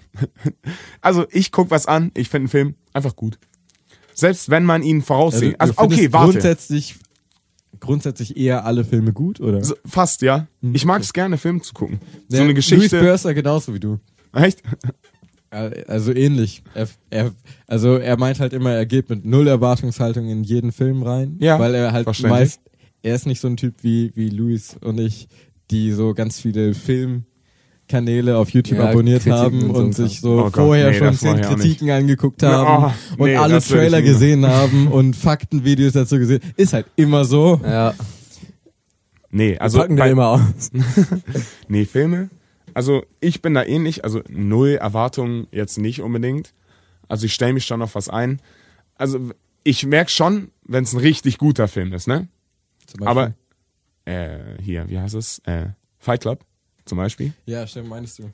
Speaker 1: also ich guck was an, ich finde einen Film einfach gut. Selbst wenn man ihn voraussehen.
Speaker 2: du
Speaker 1: Also,
Speaker 2: findest
Speaker 1: okay, warte.
Speaker 2: Grundsätzlich, grundsätzlich eher alle Filme gut, oder?
Speaker 1: So, Fast, ja. Ich mag es gerne, Film zu gucken. So
Speaker 2: Mhm, Der
Speaker 1: eine
Speaker 2: Louis
Speaker 1: Geschichte.
Speaker 2: Börser genauso wie du.
Speaker 1: Echt?
Speaker 2: Äh, Also ähnlich. Er, er, also er meint halt immer, er geht mit null Erwartungshaltung in jeden Film rein.
Speaker 1: Ja,
Speaker 2: Weil er halt
Speaker 1: verständlich.
Speaker 2: meist, er ist nicht so ein Typ wie, wie Luis und ich, die so ganz viele Filmkanäle auf YouTube
Speaker 3: Ja,
Speaker 2: abonniert
Speaker 3: Kritiken
Speaker 2: haben
Speaker 3: und so
Speaker 2: und
Speaker 3: ein
Speaker 2: sich so
Speaker 1: Kram. Oh Gott,
Speaker 2: vorher
Speaker 1: nee,
Speaker 2: schon
Speaker 1: das mach
Speaker 2: zehn
Speaker 1: ich auch nicht.
Speaker 2: Kritiken angeguckt haben
Speaker 1: oh, nee,
Speaker 2: und alle
Speaker 1: das würd ich
Speaker 2: Trailer
Speaker 1: nie machen.
Speaker 2: gesehen haben und Faktenvideos dazu gesehen. Ist halt immer so.
Speaker 3: Ja,
Speaker 1: Nee, also
Speaker 3: also packen
Speaker 1: bei-
Speaker 3: den immer aus.
Speaker 1: Nee, Filme. Also ich bin da ähnlich, also null Erwartungen jetzt nicht unbedingt. Also ich stelle mich schon auf was ein. Also ich merke schon, wenn es ein richtig guter Film ist, ne?
Speaker 2: Zum Beispiel.
Speaker 1: Aber äh, hier, wie heißt es? Äh, Fight Club zum Beispiel.
Speaker 2: ja, stimmt, meinst du.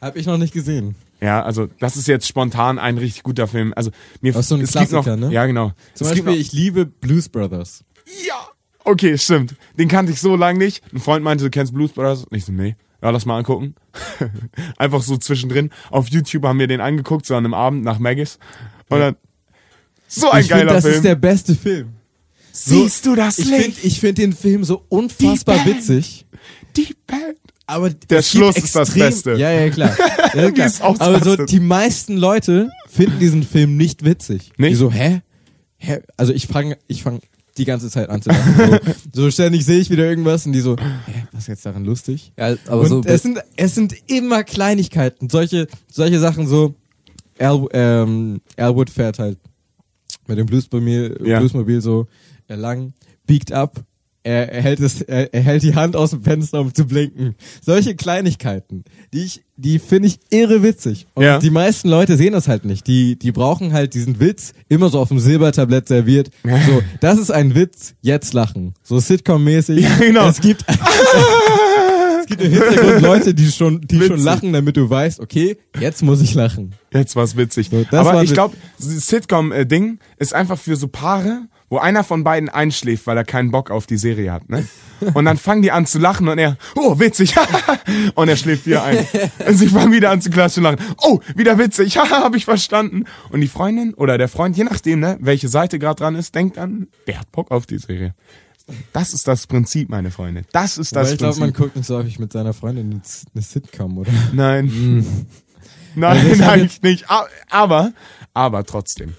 Speaker 2: Hab ich noch nicht gesehen.
Speaker 1: Ja, also das ist jetzt spontan ein richtig guter Film. Also mir
Speaker 2: Das ist so ein
Speaker 1: es
Speaker 2: Klassiker,
Speaker 1: gibt noch,
Speaker 2: ne?
Speaker 1: Ja, genau.
Speaker 2: Zum
Speaker 1: Es gibt
Speaker 2: Beispiel, ich liebe Blues Brothers.
Speaker 1: Ja. Okay, stimmt. Den kannte ich so lange nicht. Ein Freund meinte, du kennst Blues Brothers. Und ich so, nee. Ja, lass mal angucken. Einfach so zwischendrin. Auf YouTube haben wir den angeguckt, so an einem Abend nach Maggis. Und dann, so ein
Speaker 2: ich finde,
Speaker 1: geiler
Speaker 2: das
Speaker 1: Film.
Speaker 2: ist der beste Film.
Speaker 1: Siehst du das
Speaker 2: Ich
Speaker 1: Licht?
Speaker 2: finde ich find den Film so unfassbar
Speaker 1: Die Band.
Speaker 2: witzig.
Speaker 1: Die Band.
Speaker 2: Aber
Speaker 1: Der
Speaker 2: es gibt
Speaker 1: Schluss ist das Beste.
Speaker 2: Ja, ja, klar. Ja, klar.
Speaker 1: es ausrastet.
Speaker 2: Aber so die meisten Leute finden diesen Film nicht witzig.
Speaker 1: Nicht?
Speaker 2: Die so, hä? hä? Also ich fange ich fang die ganze Zeit an zu lachen. So, so ständig sehe ich wieder irgendwas und die so, hä, was ist jetzt daran lustig?
Speaker 3: Ja, aber
Speaker 2: und
Speaker 3: so
Speaker 2: es, sind, es sind immer Kleinigkeiten. Solche, solche Sachen so, Al, ähm, Elwood fährt halt mit dem Bluesmobil,
Speaker 1: Ja.
Speaker 2: Bluesmobil so äh, lang, biegt ab, er, er, hält es, er, er hält die Hand aus dem Fenster, um zu blinken. Solche Kleinigkeiten, die ich, die finde ich irre witzig. Und
Speaker 1: Ja.
Speaker 2: die meisten Leute sehen das halt nicht. Die, die brauchen halt diesen Witz immer so auf dem Silbertablett serviert. So, das ist ein Witz, jetzt lachen. So Sitcom-mäßig.
Speaker 1: Ja, genau.
Speaker 2: Es gibt es gibt im Hintergrund Leute, die schon, die schon
Speaker 1: Witzig.
Speaker 2: lachen, damit du weißt, okay, jetzt muss ich lachen.
Speaker 1: Jetzt war's witzig.
Speaker 2: So, das
Speaker 1: Aber
Speaker 2: war
Speaker 1: ich
Speaker 2: wit-
Speaker 1: glaube, Sitcom-Ding ist einfach für so Paare, wo einer von beiden einschläft, weil er keinen Bock auf die Serie hat. Ne? Und dann fangen die an zu lachen und er, oh, witzig. und er schläft wieder ein. Und sie fangen wieder an zu klatschen und lachen. Oh, wieder witzig. Hab ich verstanden. Und die Freundin oder der Freund, je nachdem, ne, welche Seite gerade dran ist, denkt an, der hat Bock auf die Serie. Das ist das Prinzip, meine Freunde. Das ist das
Speaker 2: Weil ich glaube, man
Speaker 1: Prinzip.
Speaker 2: guckt nicht so häufig mit seiner Freundin eine S- eine Sitcom, oder?
Speaker 1: Nein.
Speaker 3: Hm.
Speaker 1: Nein,
Speaker 2: Also ich hab
Speaker 1: eigentlich nicht. A- Aber, aber trotzdem.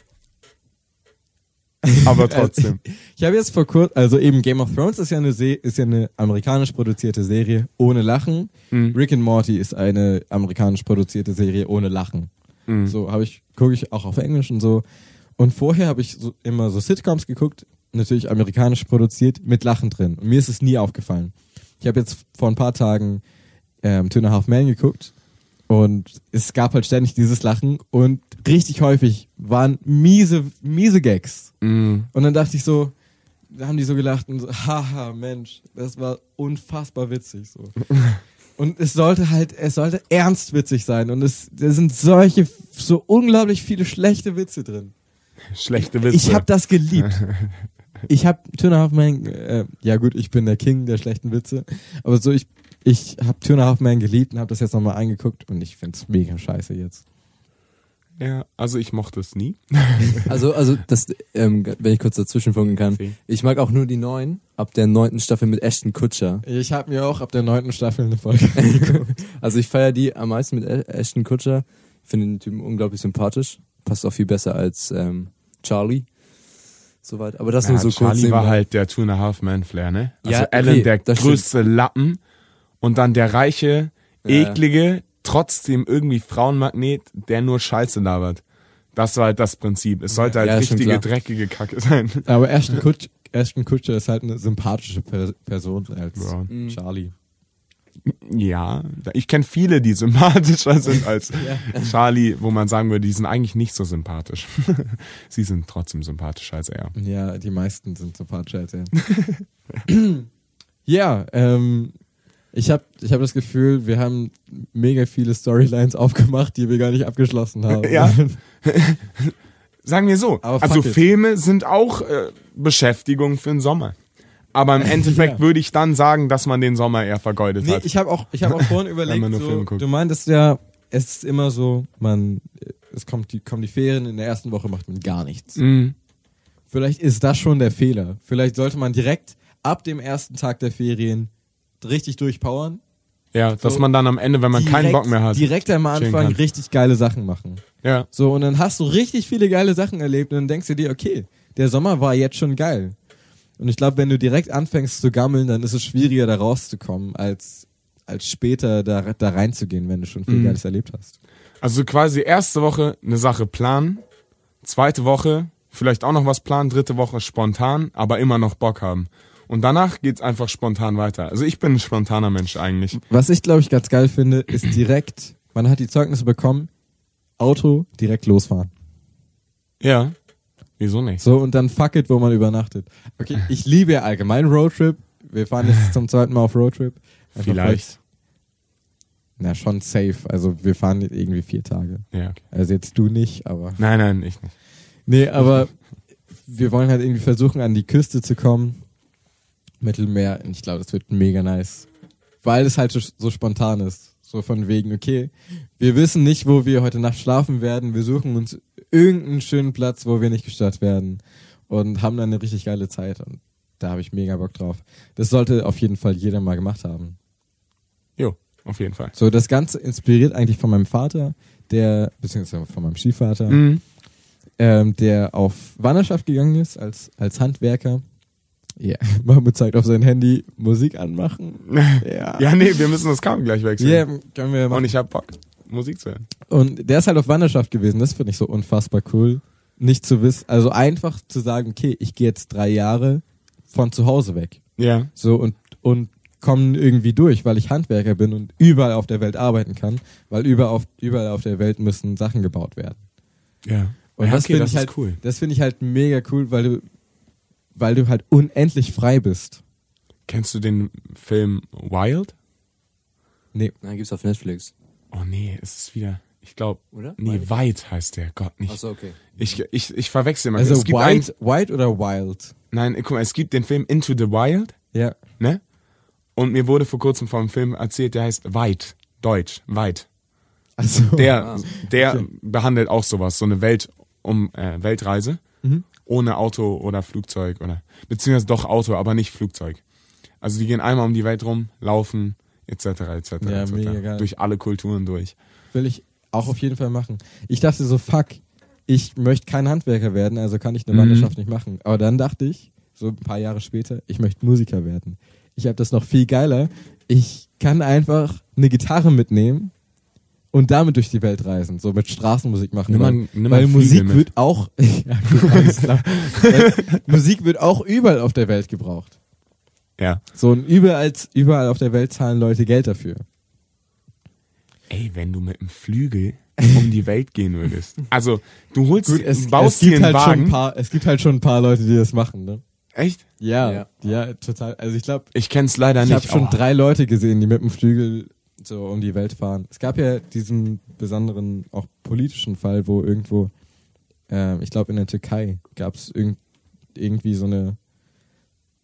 Speaker 1: Aber
Speaker 3: Äh,
Speaker 1: trotzdem.
Speaker 2: Ich habe jetzt vor kurzem, also eben Game of Thrones ist ja eine Se ist ja eine amerikanisch produzierte Serie ohne Lachen. Rick and Morty ist eine amerikanisch produzierte Serie ohne Lachen. So habe ich gucke ich auch auf Englisch und so. Und vorher habe ich so, immer so Sitcoms geguckt, natürlich amerikanisch produziert mit Lachen drin. Und mir ist es nie aufgefallen. Ich habe jetzt vor ein paar Tagen ähm, Two and a Half Men geguckt und es gab halt ständig dieses Lachen und richtig häufig waren miese miese Gags.
Speaker 1: Hm,
Speaker 2: Und dann dachte ich so, da haben die so gelacht und so, haha, Mensch, das war unfassbar witzig so. Und es sollte halt, es sollte ernst witzig sein und es da sind solche so unglaublich viele schlechte Witze drin.
Speaker 1: Schlechte Witze.
Speaker 2: Ich habe das geliebt. Ich habe Two and a Half Man, äh, ja gut, ich bin der King der schlechten Witze, aber so ich ich habe Two and a Half Man geliebt und habe das jetzt nochmal angeguckt und ich find's mega scheiße jetzt.
Speaker 1: Ja, also ich mochte es nie.
Speaker 3: Also, also das, ähm, wenn ich kurz dazwischen funken kann.
Speaker 1: Sie.
Speaker 3: Ich mag auch nur die neuen, ab der neunten Staffel mit Ashton Kutscher.
Speaker 2: Ich habe mir auch ab der neunten Staffel eine Folge.
Speaker 3: Also ich feiere die am meisten mit A- Ashton Kutscher. Ich finde den Typen unglaublich sympathisch. Passt auch viel besser als ähm, Charlie. Soweit. Aber das
Speaker 1: Ja,
Speaker 3: nur so kurz.
Speaker 1: Charlie war
Speaker 3: nebenbei.
Speaker 1: halt der Two and a Half Man Flair, ne? Also
Speaker 3: Ja, okay,
Speaker 1: Alan der
Speaker 3: das stimmt.
Speaker 1: größte Lappen und dann der reiche,
Speaker 3: Ja, ja.
Speaker 1: eklige, trotzdem irgendwie Frauenmagnet, der nur Scheiße labert. Das war halt das Prinzip. Es sollte halt
Speaker 3: Ja, stimmt,
Speaker 1: richtige,
Speaker 3: klar.
Speaker 1: dreckige Kacke sein.
Speaker 2: Aber Ashton Kutsch- Ashton Kutscher ist halt eine sympathische per Person als
Speaker 1: Ja.
Speaker 2: Charlie.
Speaker 1: Ja, ich kenne viele, die sympathischer sind als Charlie, wo man sagen würde, die sind eigentlich nicht so sympathisch. Sie sind trotzdem sympathischer als er.
Speaker 2: Ja, die meisten sind sympathischer als er. ja, ähm, ich habe ich hab das Gefühl, wir haben mega viele Storylines aufgemacht, die wir gar nicht abgeschlossen haben.
Speaker 1: Ja. Sagen wir so,
Speaker 2: Aber fuck
Speaker 1: also
Speaker 2: it.
Speaker 1: Filme sind auch äh, Beschäftigung für den Sommer. Aber im Endeffekt
Speaker 2: Ja.
Speaker 1: würde ich dann sagen, dass man den Sommer eher vergeudet
Speaker 2: Nee,
Speaker 1: hat.
Speaker 2: ich habe auch, ich hab auch vorhin
Speaker 1: Wenn
Speaker 2: überlegt,
Speaker 1: man nur
Speaker 2: so,
Speaker 1: Filme guckt.
Speaker 2: du meintest ja, es ist immer so, man, es kommt die, kommen die Ferien, in der ersten Woche macht man gar nichts.
Speaker 1: Mhm.
Speaker 2: Vielleicht ist das schon der Fehler. Vielleicht sollte man direkt ab dem ersten Tag der Ferien richtig durchpowern.
Speaker 1: Ja, dass
Speaker 2: So,
Speaker 1: man dann am Ende, wenn man keinen Bock mehr hat.
Speaker 2: Direkt am
Speaker 1: chillen
Speaker 2: Anfang
Speaker 1: kann.
Speaker 2: richtig geile Sachen machen.
Speaker 1: Ja.
Speaker 2: So, und dann hast du richtig viele geile Sachen erlebt und dann denkst du dir, okay, der Sommer war jetzt schon geil. Und ich glaube, wenn du direkt anfängst zu gammeln, dann ist es schwieriger, da rauszukommen, als, als später da, da reinzugehen, wenn du schon
Speaker 1: Mhm.
Speaker 2: viel Geiles erlebt hast.
Speaker 1: Also quasi erste Woche eine Sache planen, zweite Woche vielleicht auch noch was planen, dritte Woche spontan, aber immer noch Bock haben. Und danach geht's einfach spontan weiter. Also ich bin ein spontaner Mensch eigentlich.
Speaker 2: Was ich, glaube ich, ganz geil finde, ist direkt, man hat die Zeugnisse bekommen, Auto direkt losfahren.
Speaker 1: Ja. Wieso nicht?
Speaker 2: So, und dann fuck it, wo man übernachtet. Okay, ich liebe ja allgemein Roadtrip. Wir fahren jetzt zum zweiten Mal auf Roadtrip. Einfach
Speaker 1: Vielleicht.
Speaker 2: Na, schon safe. Also wir fahren jetzt irgendwie vier Tage.
Speaker 1: Ja, okay.
Speaker 2: Also jetzt du nicht, aber.
Speaker 1: Nein, nein, ich nicht.
Speaker 2: Nee, aber wir wollen halt irgendwie versuchen, an die Küste zu kommen. Mittelmeer. Und ich glaube, das wird mega nice. Weil es halt so, so spontan ist. So von wegen, okay, wir wissen nicht, wo wir heute Nacht schlafen werden. Wir suchen uns irgendeinen schönen Platz, wo wir nicht gestört werden. Und haben dann eine richtig geile Zeit. Und da habe ich mega Bock drauf. Das sollte auf jeden Fall jeder mal gemacht haben.
Speaker 1: Jo, auf jeden Fall.
Speaker 2: So, das Ganze inspiriert eigentlich von meinem Vater, der, beziehungsweise von meinem Stiefvater,
Speaker 1: Mhm.
Speaker 2: ähm, der auf Wanderschaft gegangen ist als, als Handwerker. Ja, Mahmoud zeigt auf sein Handy Musik anmachen. Ja.
Speaker 1: Ja, nee, wir müssen das Kabel gleich wechseln.
Speaker 2: Ja, können wir
Speaker 1: Und
Speaker 2: machen.
Speaker 1: ich hab Bock, Musik zu hören.
Speaker 2: Und der ist halt auf Wanderschaft gewesen. Das finde ich so unfassbar cool. Nicht zu wissen, also einfach zu sagen, okay, ich gehe jetzt drei Jahre von zu Hause weg.
Speaker 1: Ja.
Speaker 2: So und, und kommen irgendwie durch, weil ich Handwerker bin und überall auf der Welt arbeiten kann, weil überall auf, überall auf der Welt müssen Sachen gebaut werden.
Speaker 1: Ja.
Speaker 2: Und
Speaker 1: ja,
Speaker 2: das
Speaker 1: okay,
Speaker 2: finde
Speaker 1: das
Speaker 2: ich
Speaker 1: ist
Speaker 2: halt,
Speaker 1: cool.
Speaker 2: das finde ich halt mega cool, weil du, weil du halt unendlich frei bist.
Speaker 1: Kennst du den Film Wild?
Speaker 2: Nee,
Speaker 3: Nein, gibt's auf Netflix,
Speaker 1: Oh nee, es ist wieder, ich glaube,
Speaker 3: oder?
Speaker 1: nee, Weit heißt der, Gott nicht.
Speaker 3: Achso, okay.
Speaker 1: Ich, ich, ich verwechsel immer.
Speaker 2: also
Speaker 1: es gibt einen-
Speaker 2: Wild, Wild oder Wild?
Speaker 1: Nein, guck mal, es gibt den Film Into the Wild,
Speaker 2: Ja.
Speaker 1: ne? Und mir wurde vor kurzem vom Film erzählt, der heißt Weit. Deutsch, Weit.
Speaker 2: Also
Speaker 1: Der,
Speaker 3: Ah,
Speaker 1: der behandelt auch sowas, so eine Welt um äh, Weltreise.
Speaker 2: Mhm.
Speaker 1: Ohne Auto oder Flugzeug oder beziehungsweise doch Auto, aber nicht Flugzeug. Also die gehen einmal um die Welt rum, laufen, etc. etc.
Speaker 2: Ja,
Speaker 1: etc.
Speaker 2: mega geil.
Speaker 1: Durch alle Kulturen durch.
Speaker 2: will ich auch auf jeden Fall machen. Ich dachte so, fuck, ich möchte kein Handwerker werden, also kann
Speaker 1: Mhm.
Speaker 2: ich eine Wanderschaft nicht machen. Aber dann dachte ich, so ein paar Jahre später, ich möchte Musiker werden. Ich habe das noch viel geiler. Ich kann einfach eine Gitarre mitnehmen und damit durch die Welt reisen, so mit Straßenmusik machen.
Speaker 1: Nimm mal-
Speaker 2: weil
Speaker 1: nimm mal
Speaker 2: weil
Speaker 1: einen
Speaker 2: Musik
Speaker 1: Flügel mit.
Speaker 2: wird auch ja, gut, alles klar. weil Musik wird auch überall auf der Welt gebraucht.
Speaker 1: Ja.
Speaker 2: So und überall überall auf der Welt zahlen Leute Geld dafür.
Speaker 1: Ey, wenn du mit dem Flügel um die Welt gehen würdest. Also, du holst,
Speaker 2: Gut, es,
Speaker 1: baust
Speaker 2: es
Speaker 1: dir
Speaker 2: gibt
Speaker 1: einen
Speaker 2: halt schon
Speaker 1: Wagen.
Speaker 2: ein paar, es gibt halt schon ein paar Leute, die das machen, ne?
Speaker 1: Echt?
Speaker 2: Ja, ja,
Speaker 3: Ja.
Speaker 2: total. Also ich glaube,
Speaker 1: Ich kenn's leider
Speaker 2: ich
Speaker 1: nicht. Oh.
Speaker 2: habe schon
Speaker 1: Aua.
Speaker 2: drei Leute gesehen, die mit dem Flügel so um die Welt fahren. Es gab ja diesen besonderen, auch politischen Fall, wo irgendwo, ähm, ich glaube in der Türkei, gab es irgend, irgendwie so eine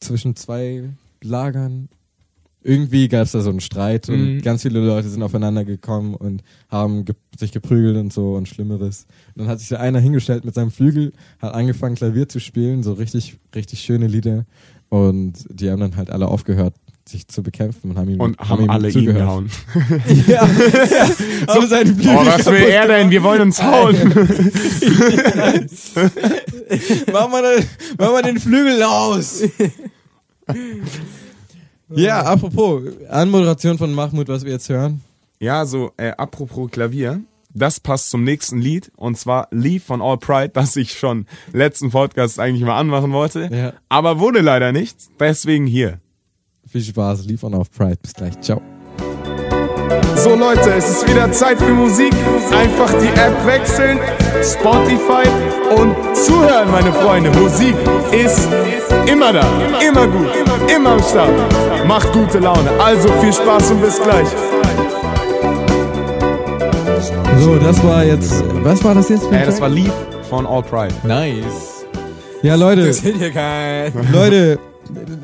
Speaker 2: zwischen zwei Lagern irgendwie gab es da so einen Streit und
Speaker 3: Mhm.
Speaker 2: ganz viele Leute sind aufeinander gekommen und haben ge sich geprügelt und so und Schlimmeres. Und dann hat sich da einer hingestellt mit seinem Flügel, hat angefangen Klavier zu spielen, so richtig, richtig schöne Lieder. Und die haben dann halt alle aufgehört, sich zu bekämpfen und haben ihm,
Speaker 1: Und haben
Speaker 2: ihm
Speaker 1: alle ihn
Speaker 2: zugehört.
Speaker 1: gehauen.
Speaker 2: Ja, ja. Haben seinen Flügel
Speaker 1: Oh, was will
Speaker 2: kaputt
Speaker 1: er denn? Wir wollen uns hauen.
Speaker 2: Mach mal, den, mach mal den Flügel aus. ja, apropos, Anmoderation von Mahmoud, was wir jetzt hören.
Speaker 1: Ja, so, äh, apropos Klavier. Das passt zum nächsten Lied und zwar Leave von All Pride, das ich schon letzten Podcast eigentlich mal anmachen wollte.
Speaker 2: Ja.
Speaker 1: Aber wurde leider nichts, deswegen hier.
Speaker 2: Viel Spaß, liefern auf Pride. Bis gleich. Ciao.
Speaker 1: So Leute, es ist wieder Zeit für Musik. Einfach die App wechseln, Spotify und zuhören, meine Freunde. Musik ist immer da, immer gut, immer am Start. Macht gute Laune. Also viel Spaß und bis gleich.
Speaker 2: So, das war jetzt. Was war das jetzt?
Speaker 1: Äh,
Speaker 2: Für ein Track?
Speaker 1: Leave von All Pride.
Speaker 2: nice. Ja, Leute,
Speaker 3: sind ja geil.
Speaker 2: Leute,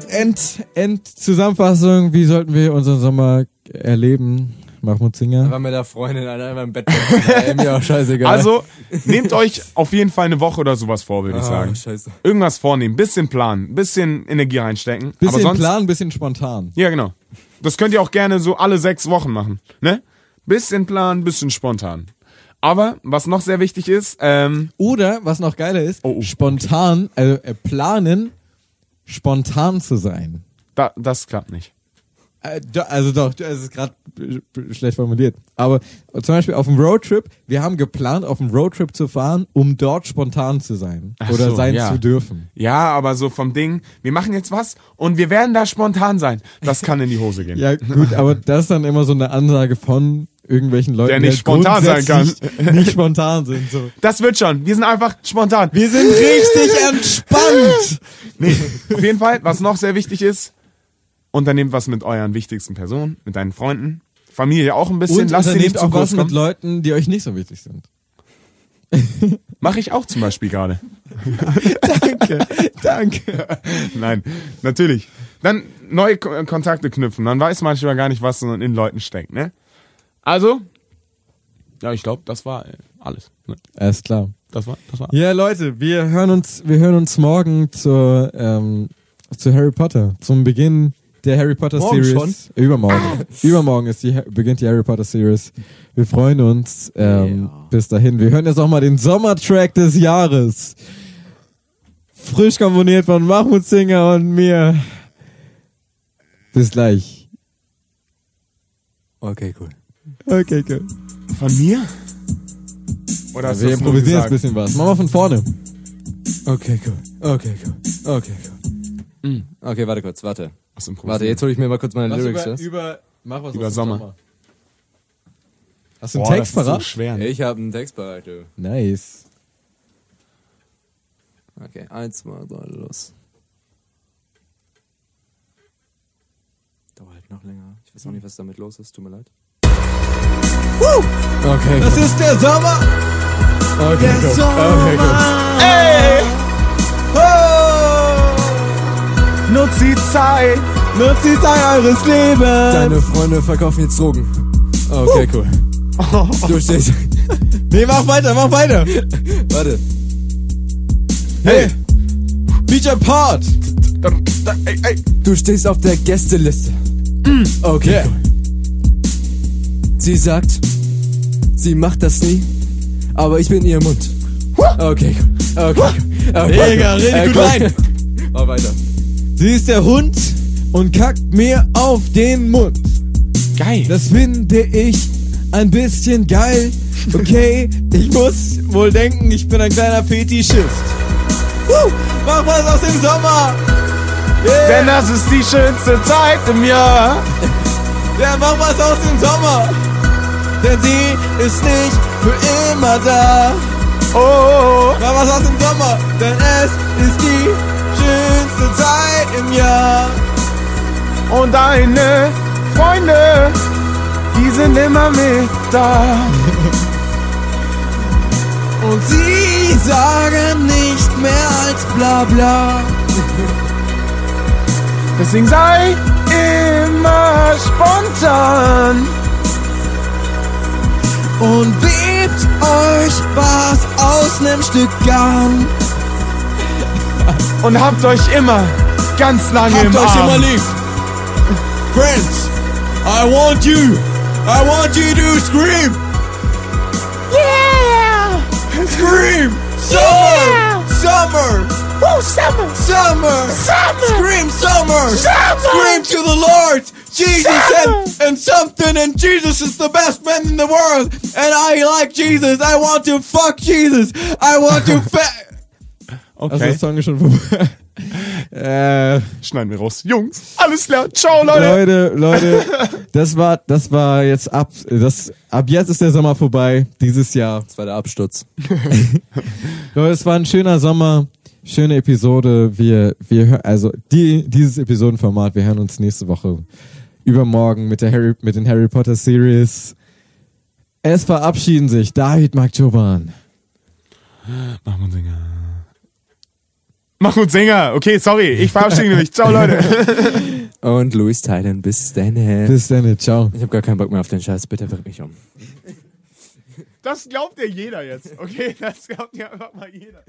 Speaker 2: End, End Zusammenfassung. Wie sollten wir unseren Sommer erleben? Mahmoud Singer.
Speaker 3: War mit der Freundin, Alter, einfach im Bett. Ey, mir auch scheißegal.
Speaker 1: Also nehmt euch auf jeden Fall eine Woche oder sowas vor, würde ich
Speaker 3: ah,
Speaker 1: sagen.
Speaker 3: scheiße.
Speaker 1: Irgendwas vornehmen, bisschen planen, bisschen Energie reinstecken. aber
Speaker 2: Bisschen
Speaker 1: sonst,
Speaker 2: plan, bisschen spontan.
Speaker 1: Ja, genau. Das könnt ihr auch gerne so alle sechs Wochen machen. Ne? Bisschen planen, bisschen spontan. Aber was noch sehr wichtig ist, ähm,
Speaker 2: Oder, was noch geiler ist,
Speaker 1: Oh, oh.
Speaker 2: spontan, also äh, planen, spontan zu sein.
Speaker 1: da, das klappt nicht.
Speaker 2: Äh, do- Also doch, do- es ist gerade b- b- schlecht formuliert. Aber zum Beispiel auf dem Roadtrip, wir haben geplant, auf dem Roadtrip zu fahren, um dort spontan zu sein.
Speaker 1: Ach
Speaker 2: oder
Speaker 1: so,
Speaker 2: sein
Speaker 1: ja.
Speaker 2: zu dürfen.
Speaker 1: Ja, aber so vom Ding, wir machen jetzt was und wir werden da spontan sein. Das kann in die Hose gehen.
Speaker 2: Ja gut, aber das ist dann immer so eine Ansage von irgendwelchen Leuten,
Speaker 1: Der
Speaker 2: die
Speaker 1: nicht
Speaker 2: halt
Speaker 1: spontan sein kann.
Speaker 2: grundsätzlich Nicht spontan sind. So.
Speaker 1: Das wird schon. Wir sind einfach spontan.
Speaker 2: Wir sind richtig entspannt.
Speaker 1: Nee, auf jeden Fall, was noch sehr wichtig ist, unternehmt was mit euren wichtigsten Personen, mit deinen Freunden, Familie auch ein bisschen.
Speaker 2: Und
Speaker 1: Lasst sie nicht
Speaker 2: unternehmt
Speaker 1: zu
Speaker 2: auch was
Speaker 1: kurz
Speaker 2: mit
Speaker 1: kommen.
Speaker 2: Leuten, die euch nicht so wichtig sind.
Speaker 1: Mache ich auch zum Beispiel gerade.
Speaker 2: Danke.
Speaker 1: Nein, natürlich. Dann neue Ko- äh, Kontakte knüpfen. Dann weiß manchmal gar nicht, was so in Leuten steckt, ne? Also, ja, ich glaube, das war äh, alles. Ne?
Speaker 2: Alles klar.
Speaker 1: Das war, das war.
Speaker 2: Ja, Leute, wir hören uns, wir hören uns morgen zur, ähm, zu Harry Potter, zum Beginn der Harry Potter
Speaker 3: Morgen Ah.
Speaker 2: Series. Übermorgen. Übermorgen ist die, Ha- beginnt die Harry Potter Series. Wir freuen uns. Ähm,
Speaker 3: Ja.
Speaker 2: Bis dahin. Wir hören jetzt auch mal den Sommertrack des Jahres. Frisch komponiert von Mahmoud Singer und mir. Bis gleich.
Speaker 3: Okay, cool.
Speaker 2: Okay, cool.
Speaker 1: Von mir? Oder hast du
Speaker 2: Wir
Speaker 1: das nur
Speaker 2: improvisieren jetzt ein
Speaker 1: gesagt?
Speaker 2: bisschen was. Machen wir von vorne.
Speaker 3: Okay, cool. Okay, cool. Okay, cool. Okay, warte kurz, warte.
Speaker 1: Was improvisieren?
Speaker 3: Warte, jetzt hole ich mir mal kurz meine Lyrics.
Speaker 2: über,
Speaker 3: raus.
Speaker 2: über, mach was
Speaker 1: Über
Speaker 2: aus dem
Speaker 1: Sommer.
Speaker 2: Hast du einen
Speaker 1: Boah, das
Speaker 2: Text
Speaker 1: ist so
Speaker 2: parat?
Speaker 1: schwer. ne?
Speaker 3: Ich habe einen Text bereit, du.
Speaker 2: nice.
Speaker 3: Okay, eins, zwei, drei, los. Dauert halt noch länger. Ich weiß auch nicht, was damit los ist. Tut mir leid. Woo! Okay.
Speaker 2: Das ist der Sommer.
Speaker 3: okay, cool. okay, cool.
Speaker 1: Nutz die Zeit.
Speaker 2: Nutzt die Zeit eures Lebens.
Speaker 3: Deine Freunde verkaufen jetzt Drogen. Okay, cool. Du stehst.
Speaker 2: Nee, mach weiter, mach weiter.
Speaker 3: Warte.
Speaker 2: Hey. Feature Part.
Speaker 1: Ey, ey.
Speaker 3: Du stehst auf der Gästeliste.
Speaker 4: Mm.
Speaker 3: Okay.
Speaker 2: Yeah.
Speaker 3: Cool. Sie sagt, sie macht das nie, aber ich bin ihr Mund. Okay. cool. Okay. cool. okay.
Speaker 2: Mega,
Speaker 3: cool.
Speaker 2: richtig
Speaker 3: Äh,
Speaker 2: gut
Speaker 3: cool.
Speaker 2: rein.
Speaker 3: Mach weiter.
Speaker 2: Sie ist der Hund und kackt mir auf den Mund.
Speaker 1: Geil.
Speaker 2: Das finde ich ein bisschen geil. Okay, ich muss wohl denken, ich bin ein kleiner Fetischist. Woo, mach was aus dem Sommer.
Speaker 1: Denn das ist die schönste Zeit im Jahr.
Speaker 2: Ja, mach was aus dem Sommer. Denn sie ist nicht für immer da.
Speaker 1: Oh, oh,
Speaker 2: Mach was aus dem Sommer, denn es ist die schönste Zeit im Jahr.
Speaker 1: oh. Und deine Freunde, die sind immer mit da.
Speaker 2: Und sie sagen nicht mehr als bla bla.
Speaker 1: Deswegen sei
Speaker 4: immer spontan und bebt euch was aus nem Stück Garn.
Speaker 1: Und habt euch immer ganz lange
Speaker 4: Habt
Speaker 1: im
Speaker 4: euch
Speaker 1: Arm.
Speaker 4: immer lieb. Friends, I want you. I want you to scream. Yeah. Scream. Summer. Summer. Oh, summer. Summer. Summer. Scream summer. Summer. Scream to the Lord. Jesus and, and something and Jesus is the best man in the world. And I like Jesus. I want to fuck Jesus. I want to fa-
Speaker 2: Also
Speaker 1: Okay,
Speaker 2: das Song ist schon vorbei. äh,
Speaker 1: schneiden wir raus. Jungs, alles klar. Ciao, Leute.
Speaker 2: Leute, Leute, das war, das war jetzt ab, das, ab jetzt ist der Sommer vorbei, dieses Jahr.
Speaker 3: Das war der Absturz.
Speaker 2: Leute, es war ein schöner Sommer, schöne Episode. Wir, wir, hö- also die, dieses Episodenformat, wir hören uns nächste Woche übermorgen mit der Harry, mit den Harry Potter Series. Es verabschieden sich David Makjoban.
Speaker 1: Mahmoud Singer. Mahmoud Singer. Okay, sorry. Ich verabschiede mich. Ciao, Leute.
Speaker 3: Und Louis Thailand, bis dann.
Speaker 2: Bis dann, ciao.
Speaker 3: Ich habe gar keinen Bock mehr auf den Scheiß, bitte bring mich um.
Speaker 1: Das glaubt ja jeder jetzt. Okay, das glaubt ja einfach mal jeder.